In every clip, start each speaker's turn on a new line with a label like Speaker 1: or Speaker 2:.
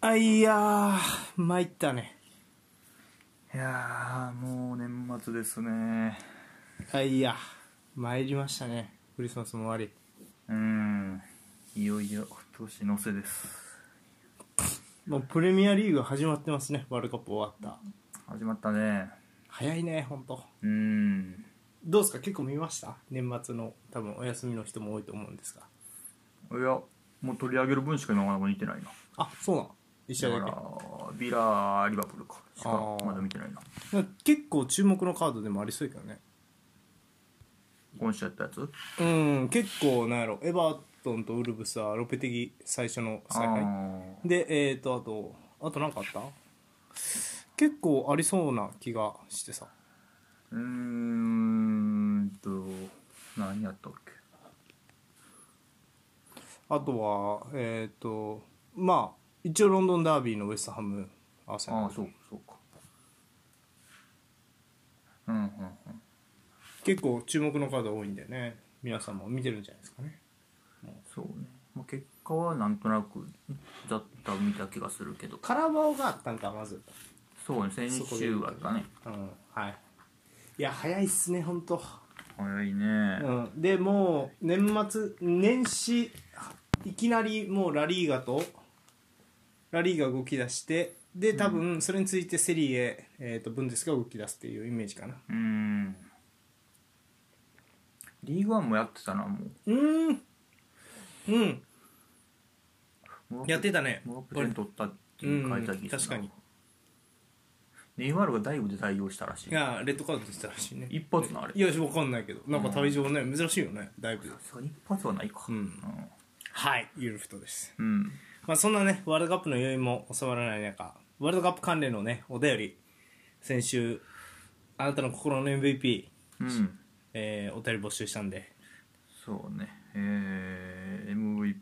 Speaker 1: あいやー参ったね
Speaker 2: いやーもう年末ですね
Speaker 1: あいや参りましたねクリスマスも終わり
Speaker 2: うんいよいよ今年のせです
Speaker 1: もうプレミアリーグ始まってますねワールドカップ終わった
Speaker 2: 始まったね
Speaker 1: 早いね本当
Speaker 2: うん
Speaker 1: どうですか結構見ました年末の多分お休みの人も多いと思うんですが
Speaker 2: いやもう取り上げる分しか今までも見てないな
Speaker 1: あそうなの一試合
Speaker 2: だ
Speaker 1: だ
Speaker 2: か
Speaker 1: け
Speaker 2: らビラーリバプールかし
Speaker 1: あ
Speaker 2: か
Speaker 1: ー
Speaker 2: まだ見てないな
Speaker 1: なんか結構注目のカードでもありそうやけどね
Speaker 2: 今週やったやつ
Speaker 1: うん結構なんやろエバートンとウルブスはロペテギ最初の再
Speaker 2: あ
Speaker 1: 会
Speaker 2: ー
Speaker 1: でえー、とあとあと何かあった結構ありそうな気がしてさ
Speaker 2: うーんと何やったっけ
Speaker 1: あとはえっ、とまあ一応ロンドンダービーのウエストハムアーセナ
Speaker 2: あ
Speaker 1: ル
Speaker 2: あそうそうかうんうんうん
Speaker 1: 結構注目のカード多いんでね皆さんも見てるんじゃないですかね
Speaker 2: そうね、まあ、結果はなんとなくざっと見た気がするけど
Speaker 1: カラバオがあったんかまず
Speaker 2: そうね先週だったね
Speaker 1: うんはいいや早いっすね本当
Speaker 2: 早いね
Speaker 1: うんでもう年末年始いきなりもうラリーガとラリーガ動き出してで多分それについてセリエ、えー、とブンデスが動き出すっていうイメージかな
Speaker 2: うんリーグワンもやってたなも
Speaker 1: うーんうん
Speaker 2: う
Speaker 1: やってたね
Speaker 2: モロッコ戦取ったっていう書いてある気がするな
Speaker 1: うん確
Speaker 2: ネイマールがダイブで対応したらしい
Speaker 1: いやレッドカード出てたらしいね
Speaker 2: 一発のあれ
Speaker 1: いや分かんないけどなんか退場ね、珍しいよねだいぶ
Speaker 2: さすがに一発はないか
Speaker 1: うんはいユルフトです
Speaker 2: うん、うん
Speaker 1: まあそんなねワールドカップの余韻も収まらない中ワールドカップ関連のねお便り先週あなたの心の MVP、
Speaker 2: うん
Speaker 1: えー、お便り募集したんで
Speaker 2: そうねえー、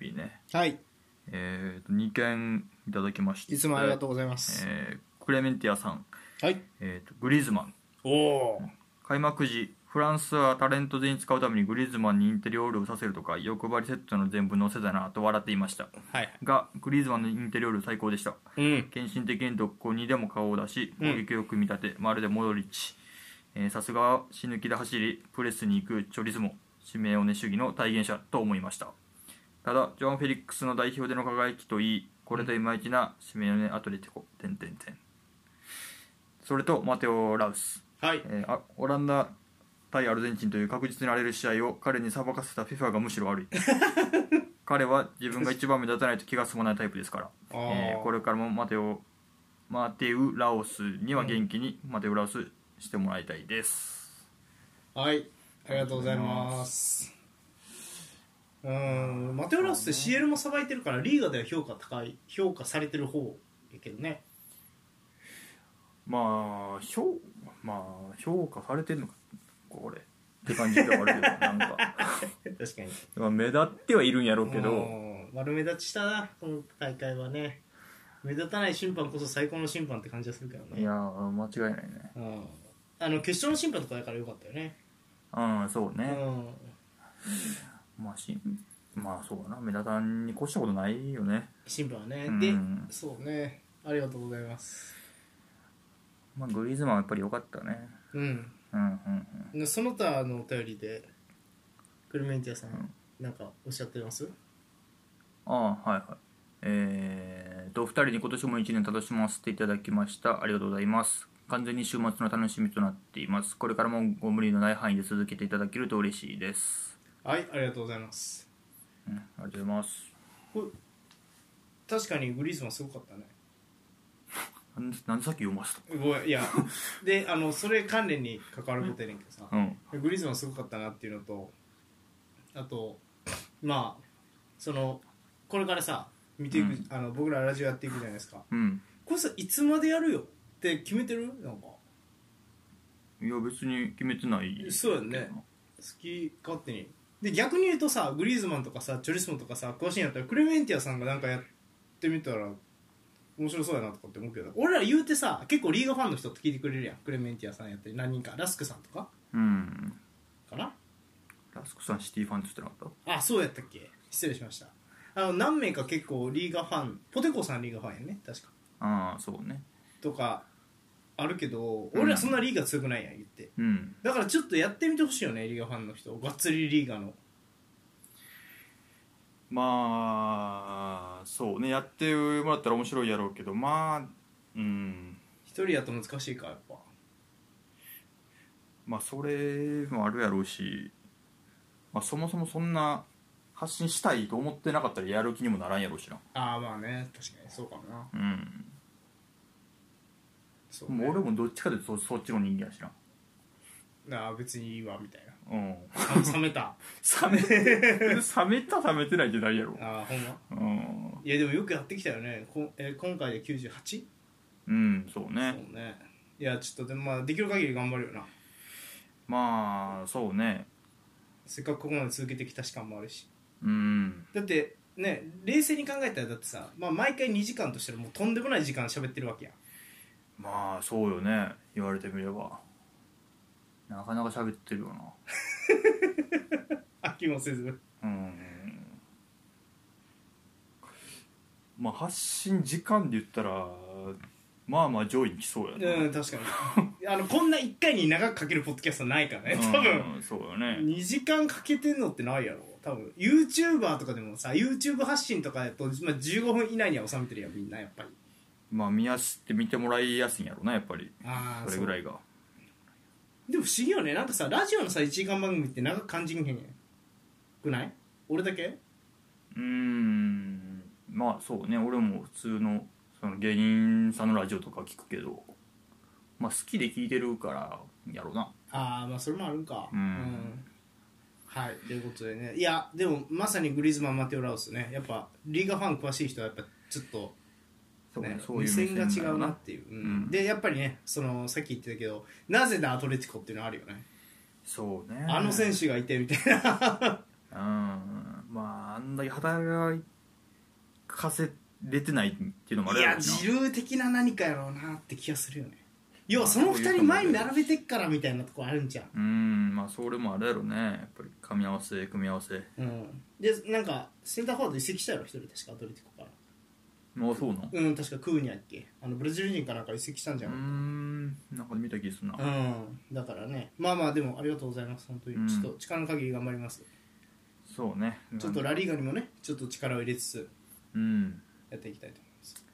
Speaker 2: MVP ね
Speaker 1: はい
Speaker 2: えー、と2件いただきまして
Speaker 1: いつもありがとう
Speaker 2: う
Speaker 1: ございます、
Speaker 2: えー、クレメンティアさん
Speaker 1: はい
Speaker 2: えー、とグリーズマン
Speaker 1: おお
Speaker 2: 開幕時フランスはタレント全員使うためにグリーズマンにインテリオールをさせるとか欲張りセットの全部載せたなと笑っていました
Speaker 1: はい
Speaker 2: がグリーズマンのインテリオール最高でした
Speaker 1: うん
Speaker 2: 献身的に独行にでも顔を出し攻撃を組み立て、まるでモドリッチえーさすがは死ぬ気で走りプレスに行くチョリズモシメオネ主義の体現者と思いましたただジョン・フェリックスの代表での輝きといいこれといまいちなシメオネアトレティコ点々点それとマテオ・ラウス
Speaker 1: はい
Speaker 2: えーあオランダ対アルゼンチンという確実に荒れる試合を彼に裁かせた FIFA がむしろ悪い彼は自分が一番目立たないと気が済まないタイプですから、
Speaker 1: あー
Speaker 2: えーこれからもマテオマテウ・ラオスには元気にマテウ・ラオスしてもらいたいです、
Speaker 1: はいありがとうございますうんマテオラウスって CL もさばいてるからリーガでは評価高い評価されてる方やけどね
Speaker 2: まあ評まあ評価されてんのかこれって感じではあるけどなん
Speaker 1: 確
Speaker 2: か、
Speaker 1: かに
Speaker 2: まあ、目立ってはいるんやろうけ
Speaker 1: う
Speaker 2: ど
Speaker 1: ん悪目立ちしたなこの大会はね目立たない審判こそ最高の審判って感じがするから
Speaker 2: い
Speaker 1: ね
Speaker 2: やー間違いないね
Speaker 1: うんあの決勝の審判とかだからよかったよね
Speaker 2: うんそう
Speaker 1: う
Speaker 2: ね、
Speaker 1: ん
Speaker 2: まあ、しまあそうだな目立たんに越したことないよね、
Speaker 1: 審判はね
Speaker 2: うん
Speaker 1: でそうねありがとうございます
Speaker 2: まあ、グリーズマンはやっぱり良かったね
Speaker 1: うん
Speaker 2: うんうんうん
Speaker 1: でその他のお便りでクルメンティアさん、
Speaker 2: うん
Speaker 1: なんかおっしゃってます
Speaker 2: ああはいはいえー、とお二人に今年も一年楽しませていただきましたありがとうございます完全に週末の楽しみとなっていますこれからもご無理のない範囲で続けていただけると嬉しいです、
Speaker 1: はいありがとうございます
Speaker 2: うん、ありがとうございます
Speaker 1: これ確かにグリーズマンすごかったね
Speaker 2: なんでなんでさっき読ませた
Speaker 1: ごめんいやであのそれ関連に関わることやねんけどさ、
Speaker 2: うん
Speaker 1: グリーズマンすごかったなっていうのとあとまあそのこれからさ見ていく、
Speaker 2: うん
Speaker 1: あの僕らラジオやっていくじゃないですか
Speaker 2: うん
Speaker 1: これさいつまでやるよって決めてるなんか
Speaker 2: いや別に決めてない
Speaker 1: そうやんね好き勝手にで逆に言うとさグリーズマンとかさチョリスモンとかさ詳しいんやったらクレメンティアさんがなんかやってみたら面白そうやなとかって思うけど俺ら言うてさ結構リーガファンの人って聞いてくれるやんクレメンティアさんやったり何人かラスクさんとか
Speaker 2: うん
Speaker 1: かな
Speaker 2: ラスクさんシティファンっつってなかった
Speaker 1: あそうやったっけ失礼しましたあの何名か結構リーガファンポテコさんリーガファンやね確か
Speaker 2: ああそうね
Speaker 1: とかあるけど
Speaker 2: うん
Speaker 1: 俺らそんなリーガ強くないやん言って
Speaker 2: うん
Speaker 1: だからちょっとやってみてほしいよねリーガファンの人がっつりリーガの
Speaker 2: まあそうねやってもらったら面白いやろうけどまあうん
Speaker 1: 一人やと難しいかやっぱ
Speaker 2: まあそれもあるやろうし、まあ、そもそもそんな発信したいと思ってなかったらやる気にもならんやろうしな
Speaker 1: ああまあね確かにそうかもな
Speaker 2: うん
Speaker 1: そう、ね、
Speaker 2: もう俺もどっちかというとそそっちの人間やしな
Speaker 1: ああ別にいいわみたいな
Speaker 2: うん
Speaker 1: あ冷めた
Speaker 2: 冷め冷めた冷めてないってないやろ
Speaker 1: ああほんま
Speaker 2: うん、
Speaker 1: いやでもよくやってきたよねこん、えー今回で 98? そ
Speaker 2: うん、そう
Speaker 1: う
Speaker 2: ね
Speaker 1: ねいやちょっとでもまあできる限り頑張るよな
Speaker 2: まあそうね
Speaker 1: せっかくここまで続けてきたし感もあるし
Speaker 2: うん
Speaker 1: だってね冷静に考えたらだってさ、まあ、毎回2時間としたらもうとんでもない時間喋ってるわけやん
Speaker 2: まあそうよね言われてみればなかなか喋ってるよ
Speaker 1: 飽きもせず
Speaker 2: なうんまあ発信時間で言ったらまあまあ上位に来そうや
Speaker 1: う
Speaker 2: な、
Speaker 1: ん確かにあのこんな1回に長くかけるポッドキャストないからね多分、
Speaker 2: うんそうよね
Speaker 1: 2時間かけてんのってないやろ多分 YouTuber とかでもさ YouTube 発信とかやと、まあ、15分以内には収めてるやんみんなやっぱり
Speaker 2: まあ見やすって見てもらいやすいんやろなやっぱり
Speaker 1: あ
Speaker 2: それぐらいが
Speaker 1: でも不思議よねなんかさラジオのさ1時間番組って長く感じんへんやんくない俺だけ
Speaker 2: うーんまあそうね俺も普通のその芸人さんのラジオとか聞くけどまあ好きで聞いてるからやろうな
Speaker 1: ああまあそれもあるんか
Speaker 2: うん
Speaker 1: はいということでねいやでもまさにグリズマン・マテオ・ラウスねやっぱリーガファン詳しい人はやっぱちょっと
Speaker 2: そうね
Speaker 1: ね
Speaker 2: そういう
Speaker 1: 目線が違
Speaker 2: だよ
Speaker 1: うなっていう、うん
Speaker 2: うん
Speaker 1: でやっぱりねそのさっき言ってたけどなぜだアトレティコっていうのあるよね、
Speaker 2: そうね
Speaker 1: あの選手がいてみたいな
Speaker 2: うんまああんだけ働かせれてないっていうのもあ
Speaker 1: い
Speaker 2: るや
Speaker 1: や
Speaker 2: ろう
Speaker 1: 自流的な何かやろうなって気がするよね要はその2人前に並べてっからみたいなとこあるんじゃん
Speaker 2: なうんまあそれもあるやろうねやっぱり組み合わせ組み合わせ
Speaker 1: うんでなんかセンターフォワード移籍したやろ一人確かアトレティコから
Speaker 2: まあそうなん
Speaker 1: うん確かクーニャやっけあのブラジル人かなんか移籍したんじ
Speaker 2: う
Speaker 1: ゃ
Speaker 2: ー
Speaker 1: んうん、
Speaker 2: んなんか見た気するな
Speaker 1: だからねまあまあでもありがとうございます本当に、
Speaker 2: うん
Speaker 1: ちょっと力の限り頑張ります
Speaker 2: そうね
Speaker 1: ちょっとラリーガにもねちょっと力を入れつつ
Speaker 2: うん
Speaker 1: やっていきたいと思います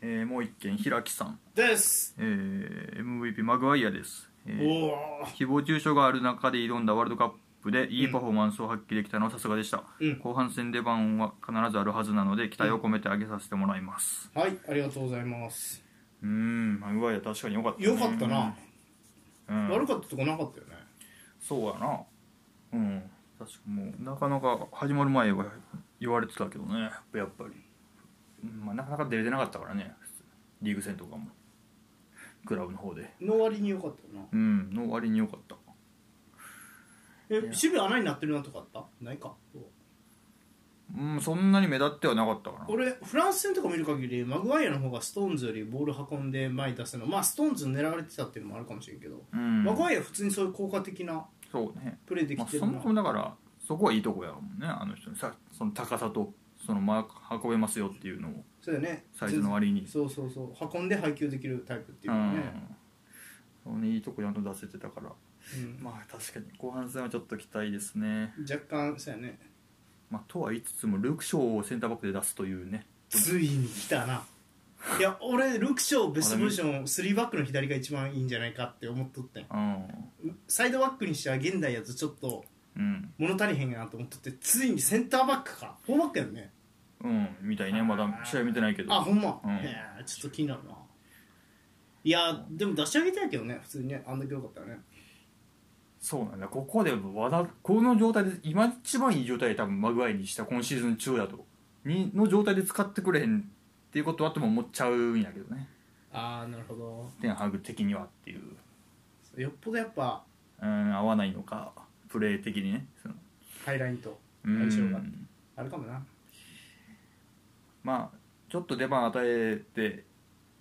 Speaker 2: えーもう一件平木さん
Speaker 1: です、
Speaker 2: えー MVP マグワイアです、えー
Speaker 1: おお
Speaker 2: 誹謗中傷がある中で挑んだワールドカップでいいパフォーマンスを発揮できたのはさすがでした、
Speaker 1: うん
Speaker 2: 後半戦出番は必ずあるはずなので期待を込めてあげさせてもらいます
Speaker 1: はいありがとうございます
Speaker 2: うーんマグワイア確かに良かったね、
Speaker 1: よかったな、
Speaker 2: うん、
Speaker 1: 悪かったとこなかったよね
Speaker 2: そうやなうん確かもうなかなか始まる前は言われてたけどねやっぱり、うんまあ、なかなか出れてなかったからねリーグ戦とかもクラブの方で
Speaker 1: の割によかったよな
Speaker 2: うんの割に良かった
Speaker 1: え守備穴になってるなとかあったないか
Speaker 2: うんそんなに目立ってはなかったかな
Speaker 1: 俺フランス戦とか見る限りマグワイアの方がストーンズよりボール運んで前に出すのまあストーンズ狙われてたっていうのもあるかもしれんけど、
Speaker 2: うん
Speaker 1: マグワイア普通にそういう効果的な
Speaker 2: そうね、
Speaker 1: プレーで
Speaker 2: ま
Speaker 1: き
Speaker 2: あ、
Speaker 1: てる
Speaker 2: そ
Speaker 1: な、
Speaker 2: もそもだからそこはいいとこやもんねあの人のさその高さとそのまあ運べますよっていうのを
Speaker 1: そうだよね
Speaker 2: サイズの割に
Speaker 1: そうそうそう運んで配球できるタイプっていううのはね、
Speaker 2: んそうねいいとこやんと出せてたから
Speaker 1: うん
Speaker 2: まあ確かに後半戦はちょっと期待ですね
Speaker 1: 若干そうやね
Speaker 2: まあとは言いつつもルーク・ショーをセンターバックで出すというね
Speaker 1: ついに来たないや俺ルクショーベストポジション3バックの左が一番いいんじゃないかって思っとってん
Speaker 2: うん
Speaker 1: サイドバックにしては現代やとちょっと
Speaker 2: うん
Speaker 1: 物足りへんなと思っとってついにセンターバックか4バックやんね
Speaker 2: うんみたいねまだ試合見てないけど
Speaker 1: あほんま、
Speaker 2: うん
Speaker 1: へえちょっと気になるないやでも出し上げたいけどね普通にねあんだけ良かったらね
Speaker 2: そうなんだここで和田この状態で今一番いい状態で多分マグワイにした今シーズン中だとにの状態で使ってくれへんっていうことはとも思っちゃうんやけどね
Speaker 1: ああなるほど
Speaker 2: テンハグ的にはっていう
Speaker 1: よっぽどやっぱ
Speaker 2: うん合わないのかプレー的にねその
Speaker 1: ハイラインと
Speaker 2: うん
Speaker 1: 相性があるかもな
Speaker 2: まあちょっと出番与えて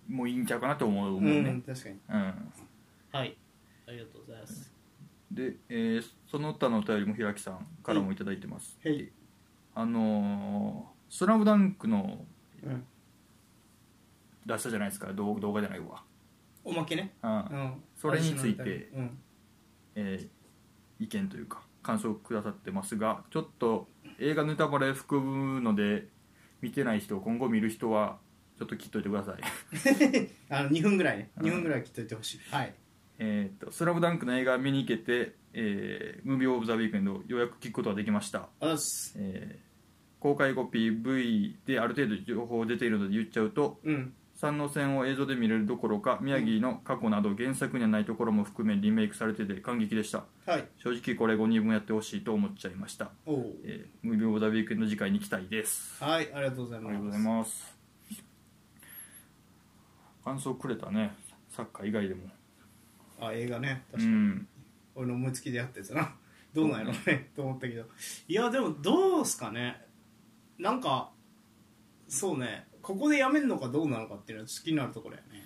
Speaker 2: もいいんちゃうかなと思う
Speaker 1: う
Speaker 2: 思うね、
Speaker 1: ん確かに
Speaker 2: うん
Speaker 1: はいありがとうございます
Speaker 2: で、えーその他のお便りも平木さんからもいただいてます
Speaker 1: へい
Speaker 2: ああのースラムダンクの
Speaker 1: うん
Speaker 2: 出したじゃないですか動動画じゃないわ、
Speaker 1: おまけね、
Speaker 2: うん
Speaker 1: うん、
Speaker 2: それについて
Speaker 1: うん
Speaker 2: えー意見というか感想をくださってますがちょっと映画ネタバレ含むので見てない人今後見る人はちょっと切っといてください
Speaker 1: あの2分ぐらいね
Speaker 2: うん
Speaker 1: 2分ぐらい切っといてほしい、はい
Speaker 2: えーっと「スラムダンクの映画見に行けて、えームービーオブザウィークエンドをようやく聞くことができました
Speaker 1: あざっす
Speaker 2: えー公開後 PV である程度情報出ているので言っちゃうと
Speaker 1: うん
Speaker 2: 山王線を映像で見れるどころか宮城の過去など原作にはないところも含めリメイクされてて感激でした
Speaker 1: はい
Speaker 2: 正直これ5人分やってほしいと思っちゃいました、
Speaker 1: おう
Speaker 2: えー、無料ダビークエンド次回に期待です
Speaker 1: はいありがとうござい
Speaker 2: あ
Speaker 1: ます
Speaker 2: りがとうございます感想くれたねサッカー以外でも
Speaker 1: あ映画ね
Speaker 2: う
Speaker 1: 確かに、
Speaker 2: ん
Speaker 1: 俺の思いつきでやったやつな どうなんやろうねと思ったけどいやでもどうすかねなんかそうねここでやめるのかどうなのかっていうのは気になるところやね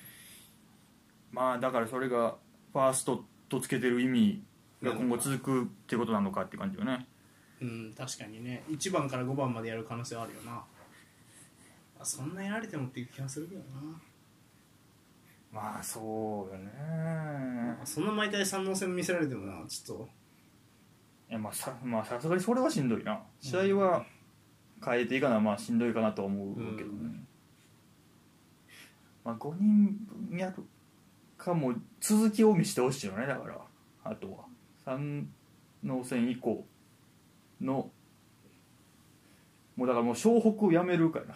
Speaker 2: まあだからそれがファーストとつけてる意味が今後続くってことなのかって感じよね
Speaker 1: うん確かにね1番から5番までやる可能性はあるよなあそんなやられてもっていう気がするけどな
Speaker 2: まあそうよね
Speaker 1: そんな毎回三能戦見せられてもなちょっと
Speaker 2: いやまあさまあさすがにそれはしんどいな試合は変えていかなまあしんどいかなとは思うけ
Speaker 1: う
Speaker 2: どね、
Speaker 1: ん
Speaker 2: まあ5人分やるかも続きを見せてほしいよねだからあとは三能戦以降のもうだからもう湘北をやめるからな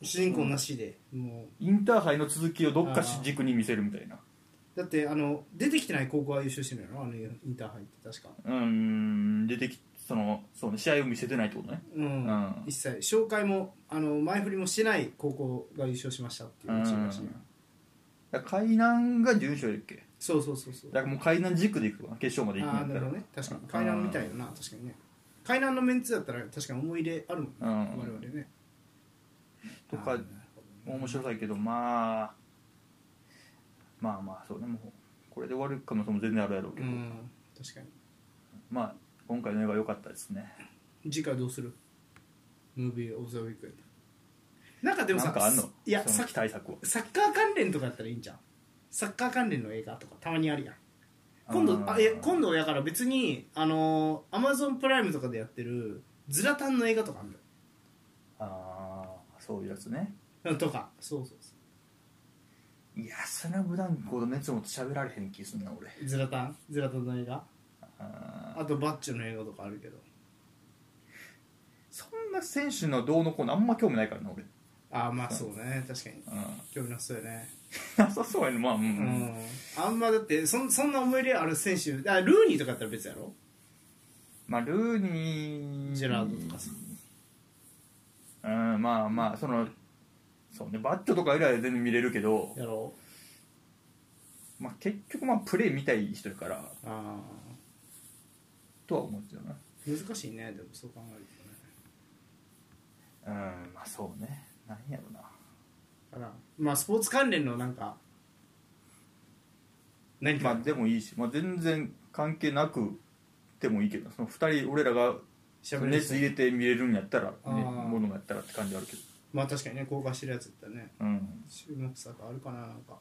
Speaker 1: 主人公なしで、もう
Speaker 2: インターハイの続きをどっかし軸に見せるみたいな
Speaker 1: だってあの出てきてない高校は優勝してるんやろあのインターハイって確か
Speaker 2: うん出てきそのそうね試合を見せてないってことね
Speaker 1: うん、
Speaker 2: うん
Speaker 1: 一切紹介もあの前振りもしてない高校が優勝しましたっていうチームらしいな
Speaker 2: うんだから海南が準優勝やっけ
Speaker 1: そうそうそうそう
Speaker 2: だからもう海南軸で行くわ決勝まで行く
Speaker 1: ああ
Speaker 2: ん
Speaker 1: な
Speaker 2: だ
Speaker 1: る
Speaker 2: っ
Speaker 1: ほどね確かに海南みたいよな確かにね海南のメンツだったら確かに思い入れあるもんね
Speaker 2: たら、うん
Speaker 1: 我々ね
Speaker 2: とか
Speaker 1: あーなるほどね
Speaker 2: 面白さいけどまあまあまあそうねもうこれで終わる可能性も全然あるやろうけ
Speaker 1: う
Speaker 2: ど、
Speaker 1: ん確かに
Speaker 2: まあ今回の映画良かったですね
Speaker 1: 次回どうするムービーオブザウィークエンドなんかでもさ
Speaker 2: なんかあんの
Speaker 1: いや
Speaker 2: そ
Speaker 1: さ
Speaker 2: の期待策を
Speaker 1: サッカー関連とかやったらいいんじゃんサッカー関連の映画とかたまにあるやん今度あ
Speaker 2: ー
Speaker 1: え今度やから別にあのアマゾンプライムとかでやってるズラタンの映画とかあるんだよ
Speaker 2: あーそういうやつね
Speaker 1: うん とかそうそうそ
Speaker 2: いやスラムダンクほど熱もと喋られへん気すんな俺
Speaker 1: うズラタンズラタンの映画
Speaker 2: あー
Speaker 1: あとバッチョの映画とかあるけど
Speaker 2: そんな選手のどうのこうのあんま興味ないからな俺、
Speaker 1: ああまあそうね確かに
Speaker 2: う
Speaker 1: 興味なさそうよね
Speaker 2: ん、なさそうやねまあうん、
Speaker 1: うん、あんまだってそんそんな思い入れある選手あルーニーとかやったら別やろ
Speaker 2: まあルーニー
Speaker 1: ジェラードとかさ
Speaker 2: うんまあまあそのそうねバットとか以外は全然見れるけど、
Speaker 1: やろう
Speaker 2: まあ、結局まあプレー見たい人やから
Speaker 1: あ
Speaker 2: とは思うけどな
Speaker 1: ー難しいねでもそう考えるとね
Speaker 2: うんまあそうねなんやろな
Speaker 1: だからまあスポーツ関連のなんか何
Speaker 2: まあ
Speaker 1: か
Speaker 2: でもいいし、まあ、全然関係なくでもいいけどその2人俺らが
Speaker 1: しゃべる
Speaker 2: 熱入れて見れるんやったら、ね、
Speaker 1: あー
Speaker 2: ものやったらって感じはあるけど
Speaker 1: まあ確かにね公開してるやつだったらね
Speaker 2: うん
Speaker 1: 注目作あるかななんか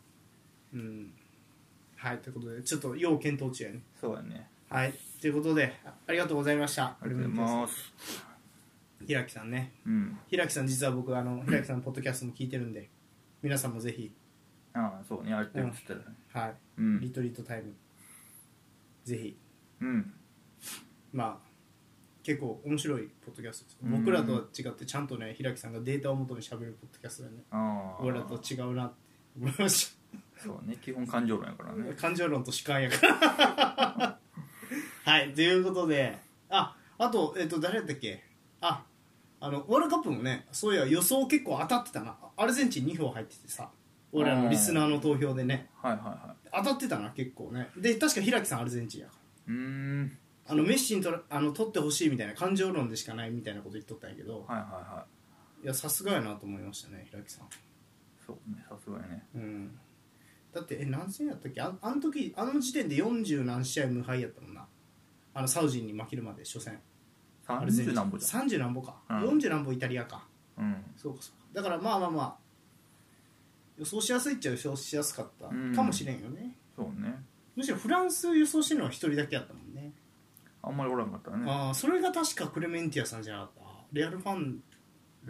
Speaker 1: うんはいということでちょっと要検討中やね
Speaker 2: そうやね
Speaker 1: はいということであありがとうございました
Speaker 2: ありがとうございます
Speaker 1: 平木さんね
Speaker 2: うん
Speaker 1: 平木さん実は僕あの平木さんのポッドキャストも聞いてるんで皆さんもぜひ
Speaker 2: ああそうねやってるっつったらね
Speaker 1: はい、
Speaker 2: う
Speaker 1: リ
Speaker 2: ん
Speaker 1: トリートタイムぜひ
Speaker 2: うん
Speaker 1: まあ結構面白いポッドキャストです
Speaker 2: うん
Speaker 1: 僕らとは違ってちゃんとね平木さんがデータをもとにしゃべるポッドキャストだね
Speaker 2: ああ
Speaker 1: 俺らと違うなって思いまし
Speaker 2: そうね基本感情論やから
Speaker 1: た
Speaker 2: ね
Speaker 1: 感情論と主観やからはいということでああとえっ、と誰だったっけああのワールドカップもねそういや予想結構当たってたなアルゼンチン2票入っててさ俺らのリスナーの投票でね
Speaker 2: はいはいは
Speaker 1: 当たってたな結構ねで確か平木さんアルゼンチンやから
Speaker 2: いうーん
Speaker 1: あのメッシにとらあの取ってほしいみたいな感情論でしかないみたいなこと言っとったんやけど、
Speaker 2: はいはいはい
Speaker 1: いやさすがやなと思いましたね平木さん、
Speaker 2: そうねさすがやね
Speaker 1: うん、だってえ何戦やったっけああの時あの時点で40何試合無敗やったもんなあのサウジに負けるまで初戦アルゼンチ
Speaker 2: 30
Speaker 1: ン
Speaker 2: 何歩じ
Speaker 1: 30何歩か、
Speaker 2: うん
Speaker 1: 40何歩イタリアか
Speaker 2: ゃん、うん、
Speaker 1: そうかそうかだからまあまあまあ予想しやすいっちゃ予想しやすかった
Speaker 2: うん
Speaker 1: かもしれんよね、
Speaker 2: そうね
Speaker 1: むしろフランス予想してるのは一人だけやったもんね、
Speaker 2: あんまりおらんかったね
Speaker 1: ああそれが確かクレメンティアさんじゃなかったレアルファン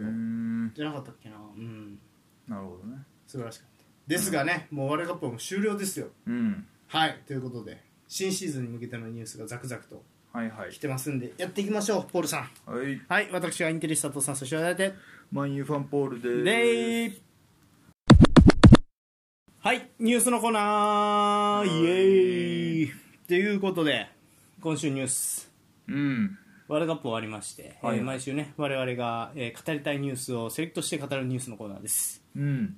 Speaker 2: うーん
Speaker 1: じゃなかったっけなうん
Speaker 2: なるほどね
Speaker 1: 素晴らしかったですがね、もうワールドカップはもう終了ですよ
Speaker 2: うん
Speaker 1: はいということで新シーズンに向けてのニュースがザクザクと
Speaker 2: はいはい
Speaker 1: 来てますんでやっていきましょうポールさん
Speaker 2: はい
Speaker 1: はい私はインテリスタとさんそしていただいて
Speaker 2: マンユーファンポールでーす
Speaker 1: でーはいニュースのコーナーイエーイということで今週ニュース
Speaker 2: うん
Speaker 1: ワールドカップ終わりまして、
Speaker 2: はい
Speaker 1: えー毎週ね我々が、えー語りたいニュースをセレクトして語るニュースのコーナーです
Speaker 2: うん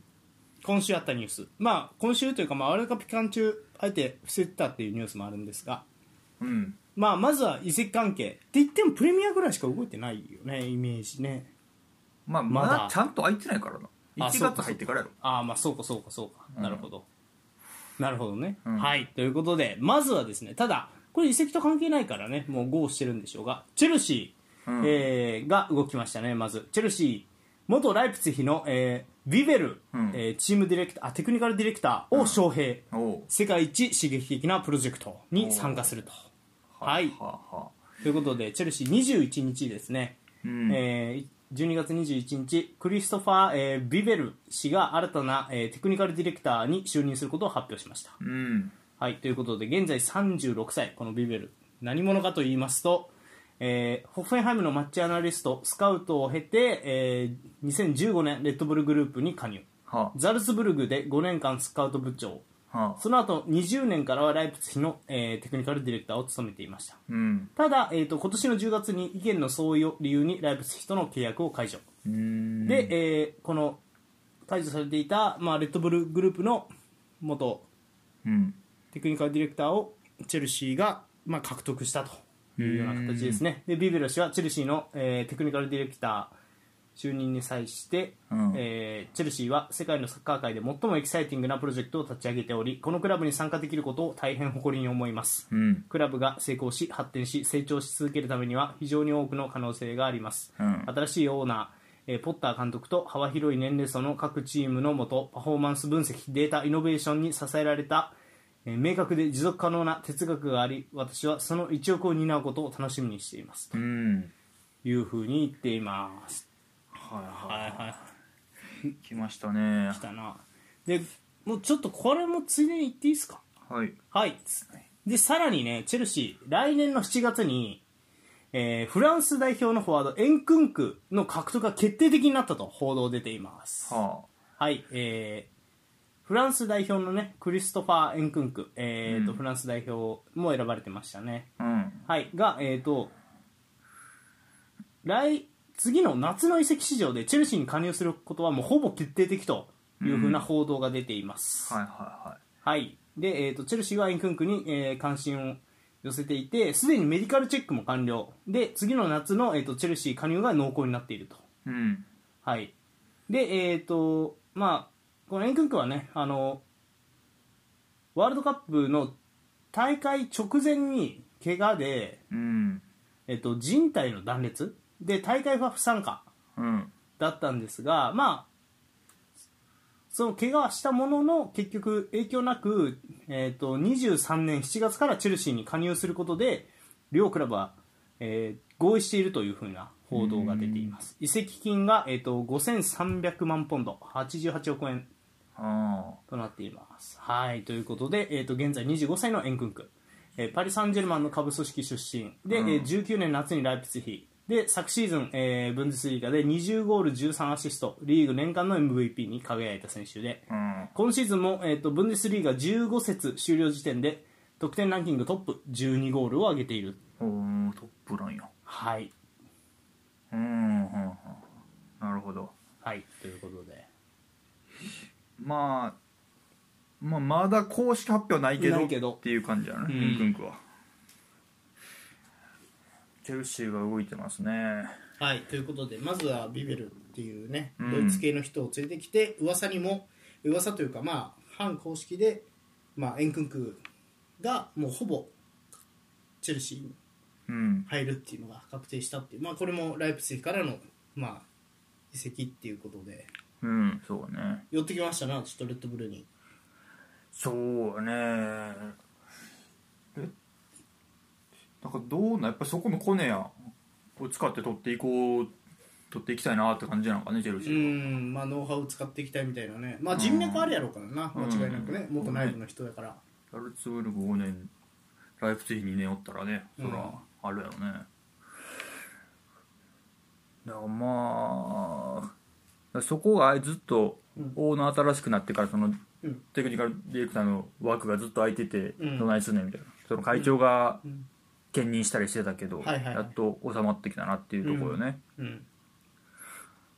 Speaker 1: 今週あったニュースまあ今週というか、まあ、ワールドカップ期間中あえて伏せてたっていうニュースもあるんですが
Speaker 2: うん
Speaker 1: まあまずは移籍関係って言ってもプレミアぐらいしか動いてないよねイメージね
Speaker 2: まあ
Speaker 1: ま
Speaker 2: ま
Speaker 1: だ
Speaker 2: だちゃんと空いてないからな
Speaker 1: あ
Speaker 2: 1
Speaker 1: そうか
Speaker 2: 月入ってからやろ
Speaker 1: ああまあそうかそうかそうか、
Speaker 2: うん
Speaker 1: なるほどなるほどね、
Speaker 2: うん
Speaker 1: はいということでまずはですねただこれ移籍と関係ないからねもうゴーしてるんでしょうがチェルシー、
Speaker 2: うん
Speaker 1: えーが動きましたねまずチェルシー元ライプツィヒの、えービベル、
Speaker 2: うん
Speaker 1: えーチームディレクターあテクニカルディレクターを招聘、
Speaker 2: おう
Speaker 1: 世界一刺激的なプロジェクトに参加するとはい
Speaker 2: はあはあ
Speaker 1: ということでチェルシー21日ですね、
Speaker 2: うん
Speaker 1: えー12月21日クリストファー、えービベル氏が新たな、えーテクニカルディレクターに就任することを発表しました、
Speaker 2: うん
Speaker 1: はい、ということで現在36歳このビベル何者かと言いますと、えーホッフェンハイムのマッチアナリストスカウトを経て、えー2015年レッドブルグループに加入
Speaker 2: は
Speaker 1: ザルツブルグで5年間スカウト部長
Speaker 2: あはあ
Speaker 1: その後20年からはライプツヒの、えーテクニカルディレクターを務めていました
Speaker 2: うん
Speaker 1: ただ、えー、と今年の10月に意見の相違を理由にライプツヒとの契約を解除、
Speaker 2: うん
Speaker 1: で、えーこの解除されていた、まあ、レッドブルグループの元
Speaker 2: うん
Speaker 1: テクニカルディレクターをチェルシーが、まあ、獲得したというような形ですねでビベロ氏はチェルシーの、えーテクニカルディレクター就任に際して、
Speaker 2: うん
Speaker 1: えーチェルシーは世界のサッカー界で最もエキサイティングなプロジェクトを立ち上げておりこのクラブに参加できることを大変誇りに思います
Speaker 2: うん
Speaker 1: クラブが成功し発展し成長し続けるためには非常に多くの可能性があります、
Speaker 2: うん
Speaker 1: 新しいオーナー、えーポッター監督と幅広い年齢層の各チームのもとパフォーマンス分析データイノベーションに支えられた、えー明確で持続可能な哲学があり私はその一翼を担うことを楽しみにしていますと
Speaker 2: うん
Speaker 1: いうふうに言っています
Speaker 2: はい
Speaker 1: はい
Speaker 2: は
Speaker 1: はい
Speaker 2: い来ましたね
Speaker 1: 来たなでもうちょっとこれもついでに言っていいですか
Speaker 2: はい
Speaker 1: はい。で、さらにね、チェルシー、来年の7月に、えーフランス代表のフォワード、エンクンクの獲得が決定的になったと報道出ています。
Speaker 2: は
Speaker 1: はい、えーフランス代表のね、クリストファー・エンクンク、えーと
Speaker 2: うん
Speaker 1: フランス代表も選ばれてましたね。
Speaker 2: あうん
Speaker 1: はい、が、えー、と、来、次の夏の移籍市場でチェルシーに加入することはもうほぼ決定的というふうな報道が出ています。
Speaker 2: はいは
Speaker 1: はい、で、えー、とチェルシーはエンクンクに、えー関心を寄せていてすでにメディカルチェックも完了で次の夏の、えー、とチェルシー加入が濃厚になっていると、
Speaker 2: いはいうん
Speaker 1: はい、で、えーとまあ、このエンクンクはねあのワールドカップの大会直前に怪我で、
Speaker 2: うん
Speaker 1: えー、と人体の断裂で大会は不参加
Speaker 2: うん
Speaker 1: だったんですが、まあ、その怪我はしたものの結局、影響なく、えー、と23年7月からチェルシーに加入することで両クラブは、えー合意しているというふうな報道が出ています移籍金が、えー、と5300万ポンド88億円
Speaker 2: あ
Speaker 1: となっています。はい、ということで、えー、と現在25歳のエンクンク、えーパリ・サンジェルマンの下部組織出身で、
Speaker 2: うん
Speaker 1: えー19年夏にライプツィヒで昨シーズン、えーブンデスリーガで20ゴール13アシストリーグ年間の MVP に輝いた選手で
Speaker 2: あうん
Speaker 1: 今シーズンも、えー、とブンデスリーガ15節終了時点で得点ランキングトップ12ゴールを挙げている。
Speaker 2: おおトップランや
Speaker 1: はい、
Speaker 2: うんうんうんなるほど
Speaker 1: はい、ということで。
Speaker 2: まあまあまだ公式発表ないけ
Speaker 1: な
Speaker 2: ど
Speaker 1: いけど
Speaker 2: っていう感じやね、
Speaker 1: うん
Speaker 2: エンクンクはチェルシーが動いてますね
Speaker 1: はい、ということでまずはビベルっていうね、
Speaker 2: うん
Speaker 1: ドイツ系の人を連れてきて噂にも噂というかまあ反公式で、まあ、エンクンクがもうほぼチェルシーに
Speaker 2: うん
Speaker 1: 入るっていうのが確定したっていう、まあ、これもライプツィヒからの、まあ、移籍っていうことで
Speaker 2: うんそうね
Speaker 1: 寄ってきましたなちょっとレッドブルに
Speaker 2: そうねえなんかどうなやっぱりそこのコネやを使って取っていこう取っていきたいなって感じなのかねチェルシ
Speaker 1: う
Speaker 2: ーは
Speaker 1: ん、まあ、ノウハウ使っていきたいみたいなね、まあ、人脈あるやろうからな、
Speaker 2: うん
Speaker 1: 間違いなくね、
Speaker 2: うん
Speaker 1: 元内部の人だから、
Speaker 2: ザルツブルク5年ライプツィヒ2年おったらねそらあるやろね、だからまあそこがずっと
Speaker 1: うん
Speaker 2: オーナー新しくなってからその
Speaker 1: うん
Speaker 2: テクニカルディレクターの枠がずっと空いてて
Speaker 1: うん
Speaker 2: どないすんねんみたいなその会長が
Speaker 1: うん
Speaker 2: 兼任したりしてたけど、
Speaker 1: はいはいはい
Speaker 2: やっと収まってきたなっていうところよね、
Speaker 1: うん、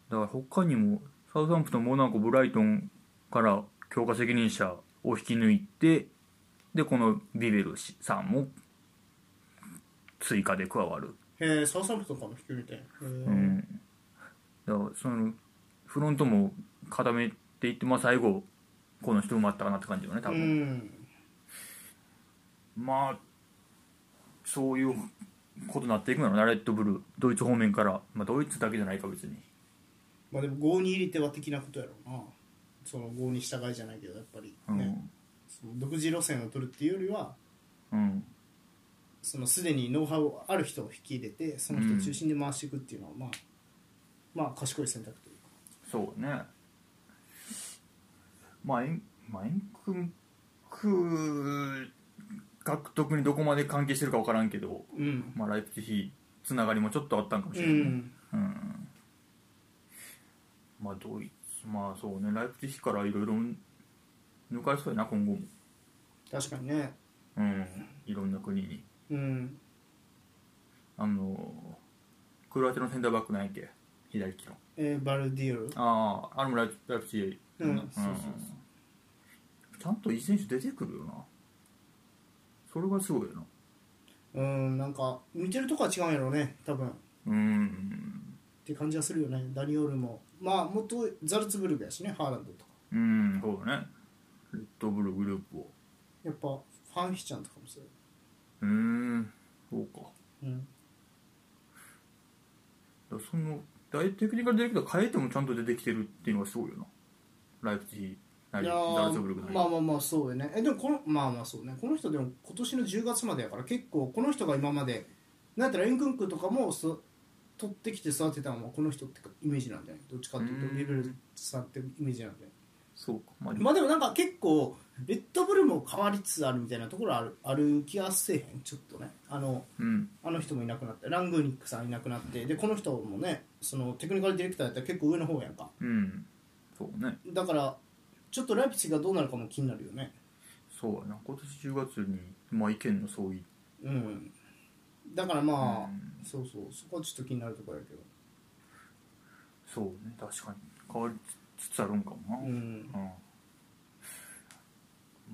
Speaker 2: だから他にもサウサンプトンモナコブライトンから強化責任者を引き抜いてでこのビベルさんも追加で加わる、
Speaker 1: へえサウサンプトンからも引き抜いてへえ
Speaker 2: うん、だからそのフロントも固めていって、まあ、最後この人埋まったかなって感じよね多
Speaker 1: う
Speaker 2: 分、
Speaker 1: ん
Speaker 2: まあそういうことになっていくのなレッドブルドイツ方面から、まあ、ドイツだけじゃないか別に
Speaker 1: まあでも5に入れては的なことやろうなその5に従いじゃないけどやっぱり
Speaker 2: うん、
Speaker 1: ね、その独自路線を取るっていうよりは
Speaker 2: うん
Speaker 1: そのすでにノウハウある人を引き入れてその人を中心で回していくっていうのは、まあまあ賢い選択というか
Speaker 2: そうねまあエン,、まあ、エンクンク獲得にどこまで関係してるか分からんけど、
Speaker 1: うん
Speaker 2: まあ、ライプツィヒつながりもちょっとあったんかもし
Speaker 1: う
Speaker 2: れない、
Speaker 1: ん
Speaker 2: うんまあドイツまあそうねライプツィヒからいろいろ抜かれそうやな今後も
Speaker 1: 確かにね
Speaker 2: うんいろんな国に
Speaker 1: うん
Speaker 2: あのクロアチアのセンターバックなんやっけ左利きの
Speaker 1: えーバルディオル
Speaker 2: あああれもライプライプチ
Speaker 1: うんそうそう
Speaker 2: ちゃんといい選手出てくるよなそれがすごいよ
Speaker 1: う
Speaker 2: な
Speaker 1: んなんか似てるとこは違うんやろうね多分っ
Speaker 2: うん
Speaker 1: て感じはするよねダニオルもまあ元ザルツブルクやしねハーランドとか
Speaker 2: うんそうだねレッドブルグループを
Speaker 1: やっぱファンヒちゃんとかもそう
Speaker 2: うんそうか
Speaker 1: うん
Speaker 2: だからその大テクニカルディレクター変えてもちゃんと出てきてるっていうのがすごいよなライプチヒなり
Speaker 1: い
Speaker 2: ザ
Speaker 1: やー
Speaker 2: ルツブルクなり、
Speaker 1: まあまあまあそうよねえでもこのまあまあそうねこの人でも今年の10月までやから結構この人が今までなんやったらエンクンクとかもそ取ってきて育てたのはこの人ってイメージなんじゃないどっちかっていう
Speaker 2: う
Speaker 1: と
Speaker 2: ん
Speaker 1: ビブルさんってイメージなんじゃな
Speaker 2: そうかまあ、
Speaker 1: いまあでもなんか結構レッドブルも変わりつつあるみたいなところあるある気がせえへんちょっとねあの
Speaker 2: うん
Speaker 1: あの人もいなくなってラングーニックさんいなくなってでこの人もねそのテクニカルディレクターやったら結構上の方やんか
Speaker 2: うんそうね
Speaker 1: だからちょっとライプチヒがどうなるかも気になるよね
Speaker 2: そうやな今年10月に、まあ、意見の相違
Speaker 1: うんだからまあ、
Speaker 2: うん
Speaker 1: そうそうそこはちょっと気になるところやけど
Speaker 2: そうね確かに変わりつつあるんかもな、
Speaker 1: う
Speaker 2: うん
Speaker 1: ん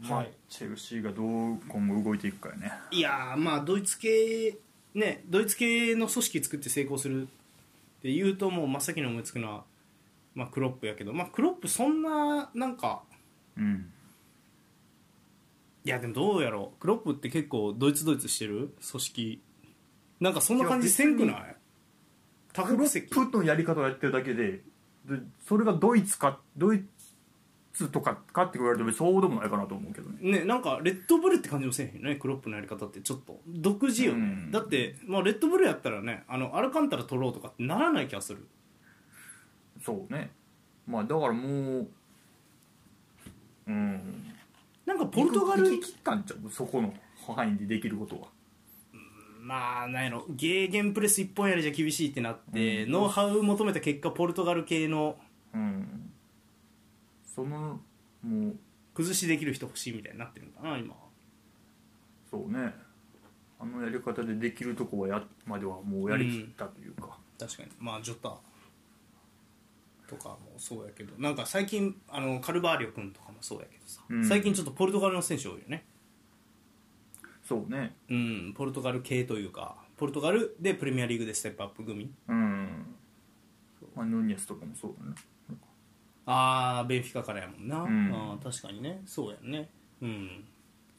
Speaker 2: まあ
Speaker 1: はい
Speaker 2: チェルシーがどう今後動いていくかよね
Speaker 1: いやーまあドイツ系ねドイツ系の組織作って成功するって言うともう真っ先に思いつくのは、まあ、クロップやけどまあクロップそんななんか
Speaker 2: うん
Speaker 1: いやでもどうやろうクロップって結構ドイツドイツしてる組織なんかそんな感じせんくない多
Speaker 2: クロ
Speaker 1: 国
Speaker 2: ッ
Speaker 1: 籍
Speaker 2: プのやり方をやってるだけででそれがドイツかドイツとかかって言われてもそうでもないかなと思うけどね
Speaker 1: ねなんかレッドブルって感じもせえへんよねクロップのやり方ってちょっと独自よね、
Speaker 2: うん
Speaker 1: だって、まあ、レッドブルやったらねあのアルカンタラ取ろうとかってならない気がする
Speaker 2: そうねまあだからもううん
Speaker 1: なんかポルトガル
Speaker 2: 行き切ったんちゃうそこの範囲でできることは
Speaker 1: まあなんやろゲーゲンプレス一本やりじゃ厳しいってなって、ノウハウ求めた結果ポルトガル系の
Speaker 2: うんそのもう
Speaker 1: 崩しできる人欲しいみたいになってるのかな今
Speaker 2: そうねあのやり方でできるとこはやまではもうやりきったというか、
Speaker 1: 確かにまあジョタとかもそうやけどなんか最近あのカルバーリョ君とかもそうやけどさ、
Speaker 2: うん
Speaker 1: 最近ちょっとポルトガルの選手多いよね
Speaker 2: そうね
Speaker 1: うん、ポルトガル系というかポルトガルでプレミアリーグでステップアップ組
Speaker 2: うんまあノニエスとかもそうだね
Speaker 1: ああベンフィカからやもんな、
Speaker 2: ん
Speaker 1: あー確かにねそうやんねうん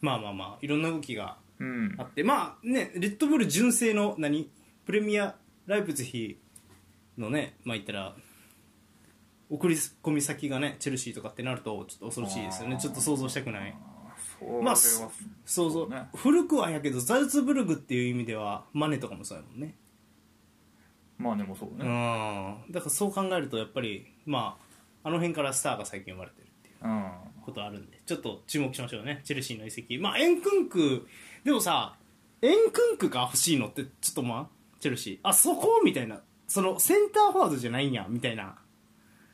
Speaker 1: まあまあまあいろんな動きが
Speaker 2: うん
Speaker 1: あってまあねレッドブル純正の何プレミアライプツヒのねまあ言ったら送り込み先がねチェルシーとかってなるとちょっと恐ろしいですよねちょっと想像したくない
Speaker 2: そう
Speaker 1: まあ
Speaker 2: それは
Speaker 1: 想像、
Speaker 2: そうね
Speaker 1: 古くはやけどザルツブルグっていう意味ではマネとかもそうやもんね
Speaker 2: まあでもそう
Speaker 1: う
Speaker 2: ね
Speaker 1: んだからそう考えるとやっぱりまああの辺からスターが最近生まれてるっていう
Speaker 2: うん、
Speaker 1: ことあるんでちょっと注目しましょうねチェルシーの移籍まあエンクンクでもさエンクンクが欲しいのってちょっとまあチェルシーあそこみたいなそのセンターフォワードじゃないんやみたいな